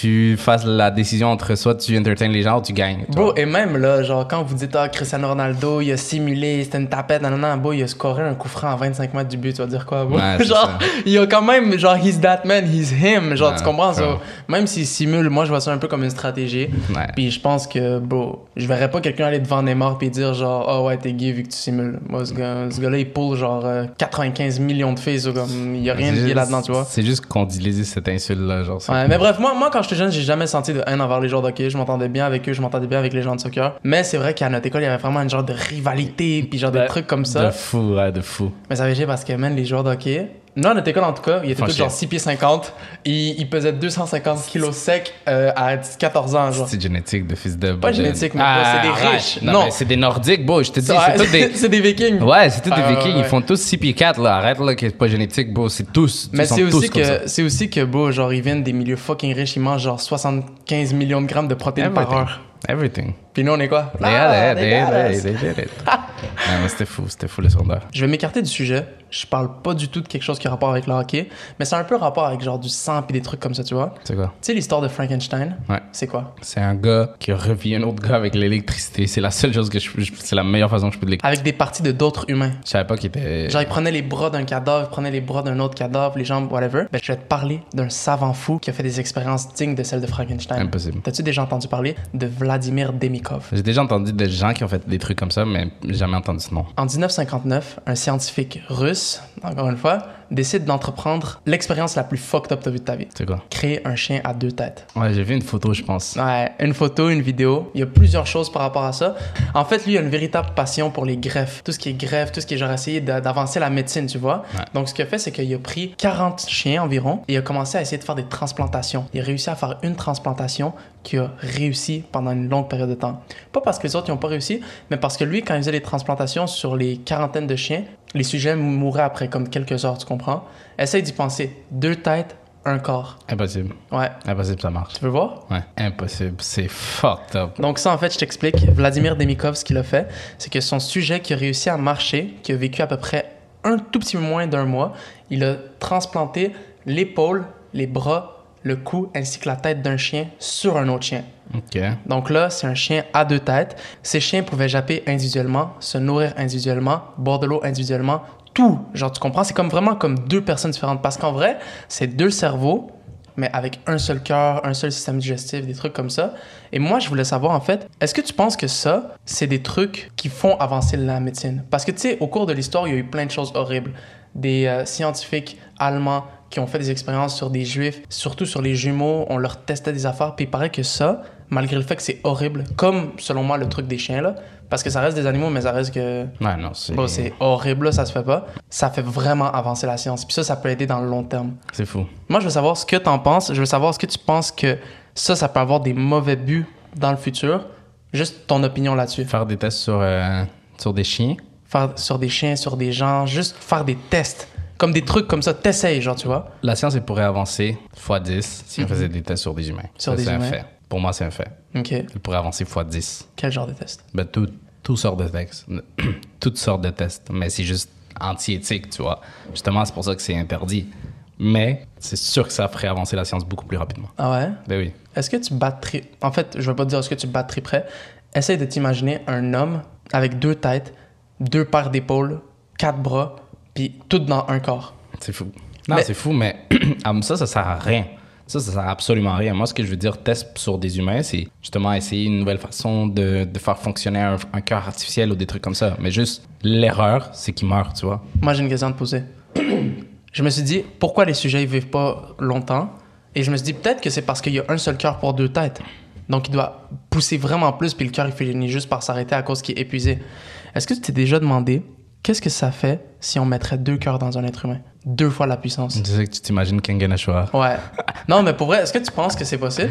Speaker 2: tu fasses la décision entre soit tu entertains les gens ou tu gagnes. tu
Speaker 1: Bro,
Speaker 2: vois.
Speaker 1: et même là, genre quand vous dites ah Cristiano Ronaldo, il a simulé, c'était une tapette, nanana, bro, il a scoré un coup franc à 25 mètres du but, tu vas dire quoi, bro?
Speaker 2: Ouais, c'est
Speaker 1: genre,
Speaker 2: ça.
Speaker 1: il a quand même, genre, he's that man, he's him, genre,
Speaker 2: Ouais,
Speaker 1: tu comprends
Speaker 2: ouais.
Speaker 1: ça? Même s'il simule, moi je vois ça un peu comme une stratégie.
Speaker 2: Ouais.
Speaker 1: Puis je pense que, bro, je verrais pas quelqu'un aller devant Neymar puis dire genre, ah ouais, t'es gay vu que tu simules. Moi, ce gars- ce gars-là, il pull genre euh, 95 millions de filles, ou comme, il y a rien
Speaker 2: C'est
Speaker 1: de gay
Speaker 2: juste-
Speaker 1: là-dedans, tu vois?
Speaker 2: C'est juste qu'on dit cette insulte-là. Genre, c'est-
Speaker 1: Ouais, mais bref, moi, moi quand j'étais jeune, j'ai jamais senti de haine envers les joueurs de hockey. Je m'entendais bien avec eux, je m'entendais bien avec les gens de soccer. Mais c'est vrai qu'à notre école, il y avait vraiment une genre de rivalité, puis genre des
Speaker 2: Ouais.
Speaker 1: trucs comme
Speaker 2: De
Speaker 1: ça.
Speaker 2: fou, ouais, de fou.
Speaker 1: Mais ça avait chier parce que, man, les joueurs de hockey, nous, à notre école en tout cas, ils étaient
Speaker 2: Font
Speaker 1: tous
Speaker 2: chier.
Speaker 1: genre 6 pieds 50. Ils, ils pesaient 250 kilos secs euh, à 14 ans, genre.
Speaker 2: C'est génétique de fils de. Ah,
Speaker 1: Pas génétique, mais bro, c'est des
Speaker 2: arrête.
Speaker 1: riches.
Speaker 2: Non,
Speaker 1: Non.
Speaker 2: mais c'est des nordiques, bro. Je te dis, c'est
Speaker 1: Ouais,
Speaker 2: tous des.
Speaker 1: c'est des vikings.
Speaker 2: Ouais, c'est tous des
Speaker 1: Ah, ouais,
Speaker 2: vikings,
Speaker 1: ouais.
Speaker 2: ils font tous 6 pieds 4, là. Arrête, là, que c'est pas génétique, bro. C'est tous.
Speaker 1: Mais
Speaker 2: ils sont
Speaker 1: c'est
Speaker 2: tous
Speaker 1: aussi,
Speaker 2: comme ça.
Speaker 1: que- c'est aussi que, bro, genre, ils viennent des milieux fucking riches, ils mangent genre 75 millions de grammes de protéines par
Speaker 2: Everything.
Speaker 1: heure.
Speaker 2: Everything.
Speaker 1: Puis nous, on est quoi?
Speaker 2: They
Speaker 1: Ah,
Speaker 2: had it,
Speaker 1: des
Speaker 2: they Ah, had
Speaker 1: Dallas.
Speaker 2: it, they did it. Ouais, mais c'était fou, c'était fou le sondage.
Speaker 1: Je vais m'écarter du sujet. Je parle pas du tout de quelque chose qui a rapport avec le hockey, mais c'est un peu rapport avec genre du sang et des trucs comme ça, tu vois.
Speaker 2: C'est quoi?
Speaker 1: Tu sais, l'histoire de Frankenstein,
Speaker 2: Ouais.
Speaker 1: c'est quoi
Speaker 2: C'est un gars qui revit un autre gars avec l'électricité. C'est la seule chose que je, je- c'est la meilleure façon que je peux te l'expliquer.
Speaker 1: Avec des parties de d'autres humains.
Speaker 2: Je savais pas qu'il était.
Speaker 1: Genre, il prenait les bras d'un cadavre, il prenait les bras d'un autre cadavre, les jambes, whatever. Ben, je vais te parler d'un savant fou qui a fait des expériences dignes de celles de Frankenstein.
Speaker 2: Impossible.
Speaker 1: T'as-tu déjà entendu parler de Vladimir Demikov?
Speaker 2: J'ai déjà entendu des gens qui ont fait des trucs comme ça, mais jamais entendu ce nom.
Speaker 1: En 1959, un scientifique russe, encore une fois, décide d'entreprendre l'expérience la plus fucked up que t'as vue de ta vie.
Speaker 2: C'est quoi?
Speaker 1: Créer un chien à deux têtes.
Speaker 2: Ouais, j'ai vu une photo, je pense.
Speaker 1: Ouais, une photo, une vidéo. Il y a plusieurs choses par rapport à ça. En fait, lui, il a une véritable passion pour les greffes. Tout ce qui est greffe, tout ce qui est genre essayer d'a- d'avancer la médecine, tu vois.
Speaker 2: Ouais.
Speaker 1: Donc, ce qu'il a fait, c'est qu'il a pris 40 chiens environ et il a commencé à essayer de faire des transplantations. Il a réussi à faire une transplantation qui a réussi pendant une longue période de temps. Pas parce que les autres n'ont pas réussi, mais parce que lui, quand il faisait les transplantations sur les quarantaines de chiens, les sujets mou- mouraient après comme quelques heures, tu comprends? Essaye d'y penser. Deux têtes, un corps.
Speaker 2: Impossible.
Speaker 1: Ouais.
Speaker 2: Impossible, ça marche.
Speaker 1: Tu veux voir?
Speaker 2: Ouais. Impossible. C'est fucked up.
Speaker 1: Donc ça, en fait, je t'explique. Vladimir Demikov, ce qu'il a fait, c'est que son sujet qui a réussi à marcher, qui a vécu à peu près un tout petit peu moins d'un mois, il a transplanté l'épaule, les bras, le cou ainsi que la tête d'un chien sur un autre chien.
Speaker 2: Ok.
Speaker 1: Donc là, c'est un chien à deux têtes. Ces chiens pouvaient japper individuellement, se nourrir individuellement, boire de l'eau individuellement, tout. Genre, tu comprends? C'est comme vraiment comme deux personnes différentes. Parce qu'en vrai, c'est deux cerveaux, mais avec un seul cœur, un seul système digestif, des trucs comme ça. Et moi, je voulais savoir, en fait, est-ce que tu penses que ça, c'est des trucs qui font avancer la médecine? Parce que, tu sais, au cours de l'histoire, il y a eu plein de choses horribles. Des euh, scientifiques allemands qui ont fait des expériences sur des juifs, surtout sur les jumeaux, on leur testait des affaires, puis il paraît que ça, malgré le fait que c'est horrible, comme selon moi le truc des chiens là, parce que ça reste des animaux, mais ça reste que.
Speaker 2: Ouais, non, c'est.
Speaker 1: Bon, c'est horrible, là, ça se fait pas. Ça fait vraiment avancer la science, puis ça, ça peut aider dans le long terme.
Speaker 2: c'est fou.
Speaker 1: Moi, je veux savoir ce que t'en penses, je veux savoir ce que tu penses que ça, ça peut avoir des mauvais buts dans le futur. Juste ton opinion là-dessus.
Speaker 2: Faire des tests sur, euh, sur des chiens.
Speaker 1: Faire sur des chiens, sur des gens, juste faire des tests. Comme des trucs comme ça, t'essayes, genre, tu vois.
Speaker 2: La science, elle pourrait avancer x 10 si on faisait des tests sur des humains.
Speaker 1: Mhm. Sur
Speaker 2: Ça,
Speaker 1: des
Speaker 2: c'est
Speaker 1: humains.
Speaker 2: un fait. Pour moi, c'est un fait.
Speaker 1: Ok.
Speaker 2: Elle pourrait avancer x 10.
Speaker 1: Quel genre de test
Speaker 2: Ben, tout, toutes sortes de textes. toutes sortes de tests. Mais c'est juste anti-éthique, tu vois. Justement, c'est pour ça que c'est interdit. Mais c'est sûr que ça ferait avancer la science beaucoup plus rapidement.
Speaker 1: Ah ouais
Speaker 2: Ben oui.
Speaker 1: Est-ce que tu battrais. En fait, je vais pas te dire est-ce que tu battrais près. Essaye de t'imaginer un homme avec deux têtes, deux paires d'épaules, quatre bras, puis tout dans un corps.
Speaker 2: C'est fou. Non,
Speaker 1: Mais-
Speaker 2: c'est fou, mais ah, mais ça, ça sert à rien. Ça, ça sert à absolument rien. Moi, ce que je veux dire, test sur des humains, c'est justement essayer une nouvelle façon de, de faire fonctionner un, un cœur artificiel ou des trucs comme ça. Mais juste, l'erreur, c'est qu'il meurt, tu vois.
Speaker 1: Moi, j'ai une question à te poser. je me suis dit, pourquoi les sujets ils vivent pas longtemps Et je me suis dit, peut-être que c'est parce qu'il y a un seul cœur pour deux têtes. Donc, il doit pousser vraiment plus, puis le cœur, il finit juste par s'arrêter à cause qu'il est épuisé. Est-ce que tu t'es déjà demandé qu'est-ce que ça fait si on mettrait deux cœurs dans un être humain Deux fois la puissance.
Speaker 2: Tu sais que tu t'imagines Kenganashura.
Speaker 1: Ouais. Non, mais pour vrai, est-ce que tu penses que c'est possible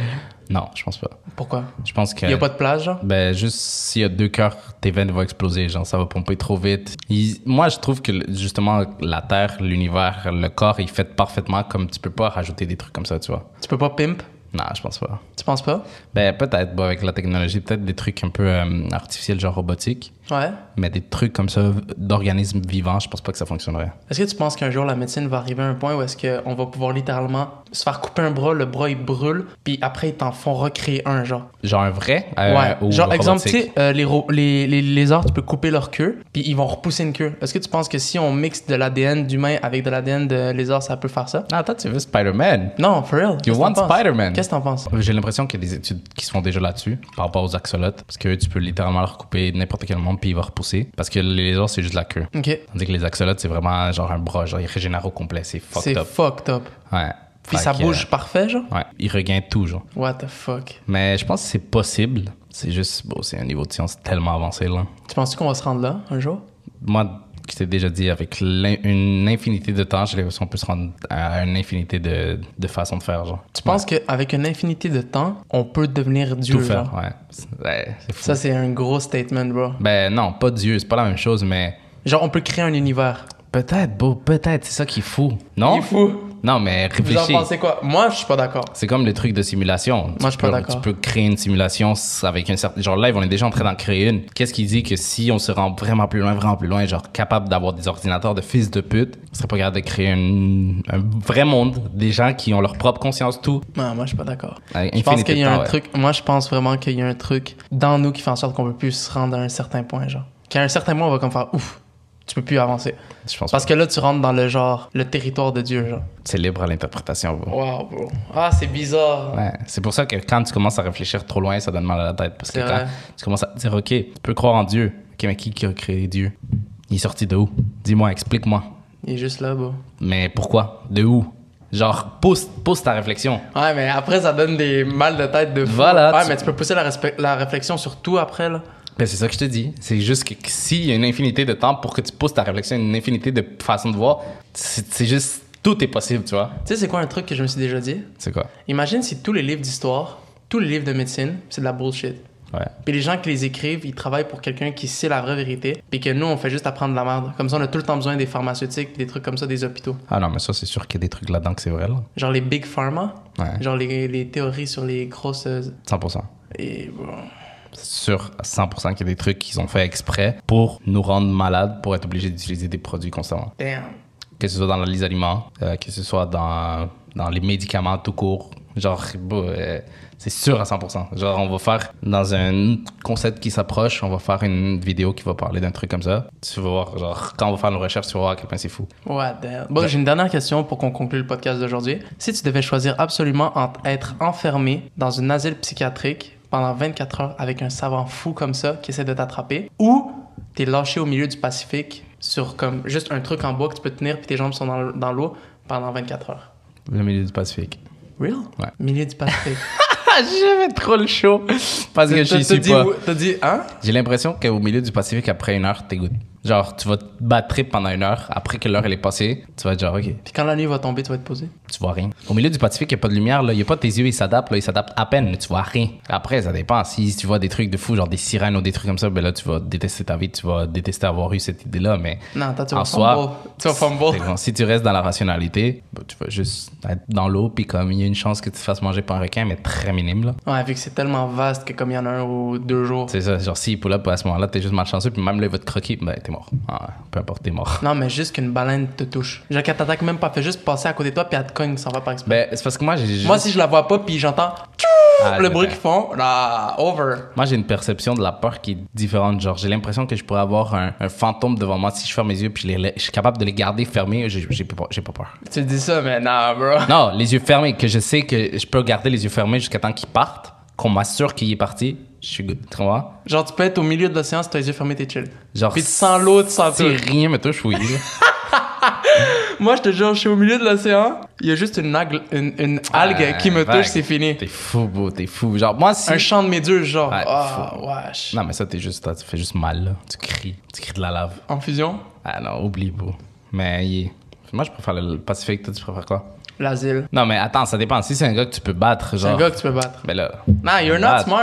Speaker 2: Non, je pense pas.
Speaker 1: Pourquoi
Speaker 2: Je pense que.
Speaker 1: Il n'y a pas de plage, genre
Speaker 2: Ben, juste s'il y a deux cœurs, tes veines vont exploser, genre ça va pomper trop vite. Il- moi, je trouve que le- justement, la Terre, l'univers, le corps, il fait parfaitement comme tu peux pas rajouter des trucs comme ça, tu vois.
Speaker 1: Tu peux pas pimp
Speaker 2: Non, je pense pas.
Speaker 1: Tu penses pas
Speaker 2: Ben, peut-être, bon, avec la technologie, peut-être des trucs un peu euh, artificiels, genre robotique.
Speaker 1: Ouais.
Speaker 2: Mais des trucs comme ça, d'organismes vivants, je pense pas que ça fonctionnerait.
Speaker 1: Est-ce que tu penses qu'un jour la médecine va arriver à un point où est-ce qu'on va pouvoir littéralement se faire couper un bras, le bras il brûle, puis après ils t'en font recréer un, genre
Speaker 2: Genre un vrai euh, ou
Speaker 1: genre, exemple, tu
Speaker 2: robotique.
Speaker 1: sais, euh, les, ro- les, les lézards, tu peux couper leur queue, puis ils vont repousser une queue. Est-ce que tu penses que si on mixe de l'ADN d'humain avec de l'ADN de lézard, ça peut faire ça
Speaker 2: Ah, toi, tu veux Spider-Man?
Speaker 1: Non, for real. Qu'est-ce que
Speaker 2: want
Speaker 1: t'en penses?
Speaker 2: Spider-Man.
Speaker 1: Qu'est-ce que t'en penses
Speaker 2: J'ai l'impression qu'il y a des études qui se font déjà là-dessus par rapport aux axolotes parce que tu peux littéralement leur couper n'importe quel membre puis il va repousser parce que les lézards c'est juste la queue.
Speaker 1: Ok.
Speaker 2: Tandis que les axolotes c'est vraiment genre un bras, genre ils régénèrent au complet, c'est fucked
Speaker 1: C'est
Speaker 2: up.
Speaker 1: fucked up.
Speaker 2: Ouais.
Speaker 1: Puis
Speaker 2: Fait
Speaker 1: ça
Speaker 2: que,
Speaker 1: bouge parfait, genre
Speaker 2: euh, ouais, ils regagnent tout genre.
Speaker 1: What the fuck
Speaker 2: Mais je pense que c'est possible. C'est juste bon, c'est un niveau de science tellement avancé là.
Speaker 1: Tu penses qu'on va se rendre là un jour
Speaker 2: Moi je t'ai déjà dit, avec l'in- une infinité de temps, j'ai l'impression qu'on peut se rendre à une infinité de, de façons de faire. Genre.
Speaker 1: Tu penses qu'avec une infinité de temps, on peut devenir Dieu,
Speaker 2: tout faire?
Speaker 1: genre?
Speaker 2: Ouais. C'est- ouais, c'est fou.
Speaker 1: Ça, c'est un gros statement, bro.
Speaker 2: Ben non, pas Dieu, c'est pas la même chose, mais
Speaker 1: Genre, on peut créer un univers.
Speaker 2: peut-être, beau, peut-être, c'est ça qui est fou. Non?
Speaker 1: Il est fou.
Speaker 2: Non, mais
Speaker 1: Vous en
Speaker 2: réfléchis.
Speaker 1: pensez quoi Moi, je suis pas d'accord.
Speaker 2: C'est comme les trucs de simulation. Tu
Speaker 1: je suis pas
Speaker 2: peux-
Speaker 1: d'accord.
Speaker 2: Tu peux créer une simulation avec un certain. Genre, live, on est déjà en train d'en créer une. Qu'est-ce qui dit que si on se rend vraiment plus loin, vraiment plus loin, genre capable d'avoir des ordinateurs de fils de pute, on serait pas capable de créer un, un vrai monde, des gens qui ont leur propre conscience, tout.
Speaker 1: Non, moi, je suis pas d'accord.
Speaker 2: Avec
Speaker 1: Je pense
Speaker 2: infinité
Speaker 1: qu'il y
Speaker 2: de
Speaker 1: a
Speaker 2: temps,
Speaker 1: un
Speaker 2: ouais.
Speaker 1: truc. Moi, je pense vraiment qu'il y a un truc dans nous qui fait en sorte qu'on peut plus se rendre à un certain point, genre. Qu'à un certain point, on va comme faire ouf. Tu peux plus avancer.
Speaker 2: Je pense
Speaker 1: Parce que là, tu rentres dans le genre, le territoire de Dieu, genre.
Speaker 2: que c'est libre à l'interprétation. bro.
Speaker 1: Wow, bro. Ah, c'est bizarre.
Speaker 2: Ouais. C'est pour ça que quand tu commences à réfléchir trop loin, ça donne mal à la tête. Parce que
Speaker 1: C'est
Speaker 2: quand
Speaker 1: vrai.
Speaker 2: tu commences à te dire, OK, tu peux croire en Dieu. OK, mais qui, qui a créé Dieu Il est sorti de où Dis-moi, explique-moi.
Speaker 1: Il est juste là, bro.
Speaker 2: Mais pourquoi De où Genre, pousse, pousse ta réflexion.
Speaker 1: Ouais, mais après, ça donne des mal de tête de fou.
Speaker 2: Voilà,
Speaker 1: Ouais,
Speaker 2: tu-
Speaker 1: mais tu peux pousser la, respe- la réflexion sur tout après, là.
Speaker 2: Ben, c'est ça que je te dis. C'est juste que s'il y a une infinité de temps pour que tu pousses ta réflexion, une infinité de façons de voir, c'est c'est juste tout est possible, tu vois.
Speaker 1: Tu sais, c'est quoi un truc que je me suis déjà dit?
Speaker 2: C'est quoi
Speaker 1: Imagine si tous les livres d'histoire, tous les livres de médecine, c'est de la bullshit.
Speaker 2: Ouais.
Speaker 1: Puis les gens qui les écrivent, ils travaillent pour quelqu'un qui sait la vraie vérité, puis que nous, on fait juste apprendre de la merde. Comme ça, on a tout le temps besoin des pharmaceutiques, puis des trucs comme ça, des hôpitaux.
Speaker 2: Ah non, mais ça, c'est sûr qu'il y a des trucs là-dedans que c'est vrai, là.
Speaker 1: Genre les big pharma,
Speaker 2: Ouais.
Speaker 1: genre les, les théories sur les grosses... euh,
Speaker 2: 100%.
Speaker 1: Et bon,
Speaker 2: C'est sûr, à 100% qu'il y a des trucs qu'ils ont fait exprès pour nous rendre malades, pour être obligés d'utiliser des produits constamment.
Speaker 1: damn.
Speaker 2: Que ce soit dans les aliments, euh, que ce soit dans, dans les médicaments tout court. Genre, bah, euh, c'est sûr à 100%. Genre, on va faire, dans un concept qui s'approche, on va faire une vidéo qui va parler d'un truc comme ça. Tu vas voir, genre, quand on va faire nos recherches, tu vas voir à quel point c'est fou.
Speaker 1: What the- Ben- Bon, j'ai une dernière question pour qu'on conclue le podcast d'aujourd'hui. Si tu devais choisir absolument entre être enfermé dans un asile psychiatrique pendant 24 heures avec un savant fou comme ça qui essaie de t'attraper, ou t'es lâché au milieu du Pacifique sur comme juste un truc en bois que tu peux tenir puis tes jambes sont dans l- dans l'eau pendant 24 heures.
Speaker 2: Le milieu du Pacifique.
Speaker 1: Real?
Speaker 2: Ouais.
Speaker 1: Milieu du Pacifique.
Speaker 2: Ah, j'aimais trop le show parce que je
Speaker 1: T'as- t'as
Speaker 2: suis
Speaker 1: dit
Speaker 2: pas.
Speaker 1: où- T'as dit, hein?
Speaker 2: J'ai l'impression qu'au milieu du Pacifique, après une heure, t'es good. Genre, tu vas te battre pendant une heure. Après que l'heure elle est passée, tu vas être genre, OK,
Speaker 1: Puis quand la nuit va tomber, tu vas te poser.
Speaker 2: tu vois rien. Au milieu du Pacifique, il n'y a pas de lumière, là. Il n'y a pas tes yeux, ils s'adaptent, là. Ils s'adaptent à peine, mais tu vois rien. Après, ça dépend. Si tu vois des trucs de fou, genre des sirènes ou des trucs comme ça, ben là, tu vas détester ta vie, tu vas détester avoir eu cette idée-là, mais.
Speaker 1: Non, attends, tu
Speaker 2: En
Speaker 1: vas
Speaker 2: soi,
Speaker 1: fumble. Tu vas fumble.
Speaker 2: c'est bon. si tu restes dans la rationalité, ben, tu vas juste être dans l'eau, puis comme il y a une chance que tu te fasses manger par un requin, mais très minime, là.
Speaker 1: Ouais, vu que c'est tellement vaste que comme il y en a un ou deux jours.
Speaker 2: C'est ça, genre s'il pull up à ce moment-là, t'es juste malchanceux, puis même là, il va te croquer, ben t'es mort. Ah, peu importe, t'es mort.
Speaker 1: Non, mais juste qu'une baleine te touche. Genre qu'elle t'attaque même pas, fait juste passer à côté de toi puis elle te cogne sans faire par exprès.
Speaker 2: Ben, c'est parce que moi, j'ai juste-
Speaker 1: Moi, si je la vois pas puis j'entends
Speaker 2: Ah,
Speaker 1: le
Speaker 2: je-
Speaker 1: bruit qu'ils font, là, over.
Speaker 2: Moi, j'ai une perception de la peur qui est différente. Genre, j'ai l'impression que je pourrais avoir un, un fantôme devant moi si je ferme mes yeux, puis je, les la- je suis capable de les garder fermés. J'ai j'ai pas, j'ai pas peur.
Speaker 1: Tu dis ça, mais non, bro.
Speaker 2: Non, les yeux fermés, que je sais que je peux garder les yeux fermés jusqu'à temps qu'il parte, qu'on m'assure qu'il est parti, je suis good. Tu comprends?
Speaker 1: Genre, tu peux être au milieu de l'océan si t'as les yeux fermés, t'es chill.
Speaker 2: Genre,
Speaker 1: Puis tu sens l'eau, tu sens
Speaker 2: si
Speaker 1: tout.
Speaker 2: rien me touche, oui. là.
Speaker 1: Moi, je te jure, je suis au milieu de l'océan, il y a juste une, agle- une, une algue
Speaker 2: Ouais,
Speaker 1: qui me
Speaker 2: Ah, vague.
Speaker 1: touche, c'est fini.
Speaker 2: T'es fou, beau, t'es fou. Genre, moi, si.
Speaker 1: Un champ de méduse, genre.
Speaker 2: Ouais,
Speaker 1: Ah, wesh.
Speaker 2: Non, mais ça, t'es juste, tu fais juste mal, là. Tu cries, tu cries de la lave.
Speaker 1: En fusion,
Speaker 2: Ah non, oublie, beau. Mais, yeah. moi, je préfère le le Pacifique. Toi, tu préfères quoi?
Speaker 1: l'asile.
Speaker 2: Non, mais attends, ça dépend. Si c'est un gars que tu peux battre,
Speaker 1: C'est
Speaker 2: genre.
Speaker 1: un gars que tu peux battre.
Speaker 2: Ben là.
Speaker 1: Non, you're not
Speaker 2: battre.
Speaker 1: smart.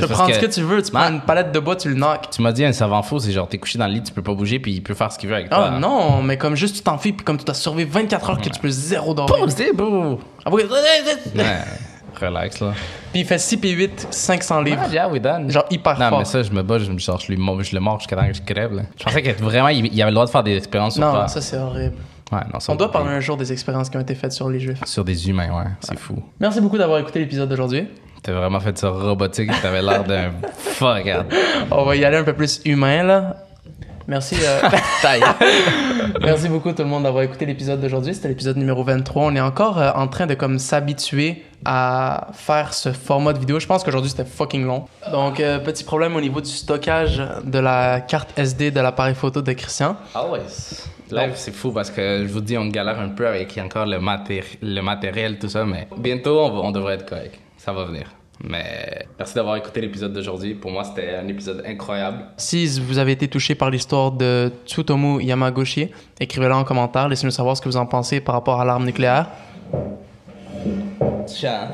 Speaker 1: Tu peux
Speaker 2: c'est parce
Speaker 1: prendre ce que
Speaker 2: que-
Speaker 1: tu veux, tu prends
Speaker 2: Ma-
Speaker 1: une palette de bois, tu le knock.
Speaker 2: Tu m'as dit un savant fou, c'est genre t'es couché dans le lit, tu peux pas bouger, puis il peut faire ce qu'il veut avec
Speaker 1: Ah
Speaker 2: toi.
Speaker 1: non, mais comme juste tu t'enfuis, puis comme tu t'as survécu 24 heures que tu peux zéro dormir.
Speaker 2: Pause, c'est beau.
Speaker 1: Ah oui, Puis
Speaker 2: Ouais, relax là.
Speaker 1: il fait 6 puis 8, 500 livres.
Speaker 2: Ah, yeah, we done.
Speaker 1: Genre hyper
Speaker 2: Non,
Speaker 1: fort.
Speaker 2: mais ça, je me bats, je, me- genre, je, lui, mo- je le mords jusqu'à temps que je crève. Là. Je pensais que vraiment, il il avait le droit de faire des expériences sur
Speaker 1: non,
Speaker 2: toi.
Speaker 1: ça c'est horrible.
Speaker 2: Ouais, non, ça,
Speaker 1: On doit parler un jour des expériences qui ont été faites sur les juifs.
Speaker 2: Sur des humains, ouais, c'est fou.
Speaker 1: Merci beaucoup d'avoir écouté l'épisode d'aujourd'hui.
Speaker 2: T'as vraiment fait ça robotique, t'avais l'air d'un fuck. hein.
Speaker 1: On va y aller un peu plus humain là. Merci, euh, merci beaucoup tout le monde d'avoir écouté l'épisode d'aujourd'hui. C'était l'épisode numéro 23. On est encore euh, en train de comme s'habituer à faire ce format de vidéo. Je pense qu'aujourd'hui c'était fucking long. Donc euh, petit problème au niveau du stockage de la carte SD de l'appareil photo de Christian.
Speaker 2: Always. Live, Ah c'est fou parce que je vous dis, on galère un peu avec encore le, matéri- le matériel, tout ça, mais bientôt, on, va- on devrait être correct. Ça va venir. Mais merci d'avoir écouté l'épisode d'aujourd'hui. Pour moi, c'était un épisode incroyable.
Speaker 1: Si vous avez été touché par l'histoire de Tsutomu Yamagoshi, écrivez-la en commentaire. Laissez-nous savoir ce que vous en pensez par rapport à l'arme nucléaire.
Speaker 2: Ciao.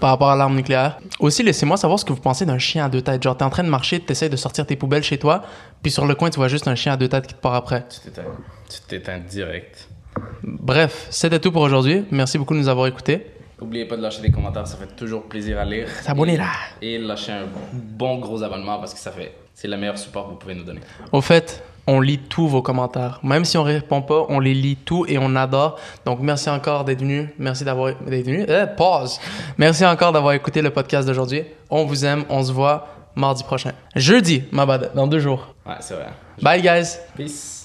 Speaker 1: par rapport à l'arme nucléaire. Aussi, laissez-moi savoir ce que vous pensez d'un chien à deux têtes. Genre, t'es en train de marcher, t'essayes de sortir tes poubelles chez toi, puis sur le coin, tu vois juste un chien à deux têtes qui te part après.
Speaker 2: Tu t'éteins. Tu t'éteins direct.
Speaker 1: Bref, c'était tout pour aujourd'hui. Merci beaucoup de nous avoir écoutés.
Speaker 2: N'oubliez pas de lâcher des commentaires, ça fait toujours plaisir à lire.
Speaker 1: S'abonner là.
Speaker 2: Et lâcher un bon gros abonnement parce que ça fait. C'est le meilleur support que vous pouvez nous donner.
Speaker 1: Au fait, on lit tous vos commentaires. Même si on répond pas, on les lit tous et on adore. Donc merci encore d'être venu. Merci d'avoir d'être venu. Eh, pause. Merci encore d'avoir écouté le podcast d'aujourd'hui. On vous aime. On se voit mardi prochain. Jeudi, ma bad, dans deux jours.
Speaker 2: Ouais, c'est vrai.
Speaker 1: Bye guys.
Speaker 2: Peace.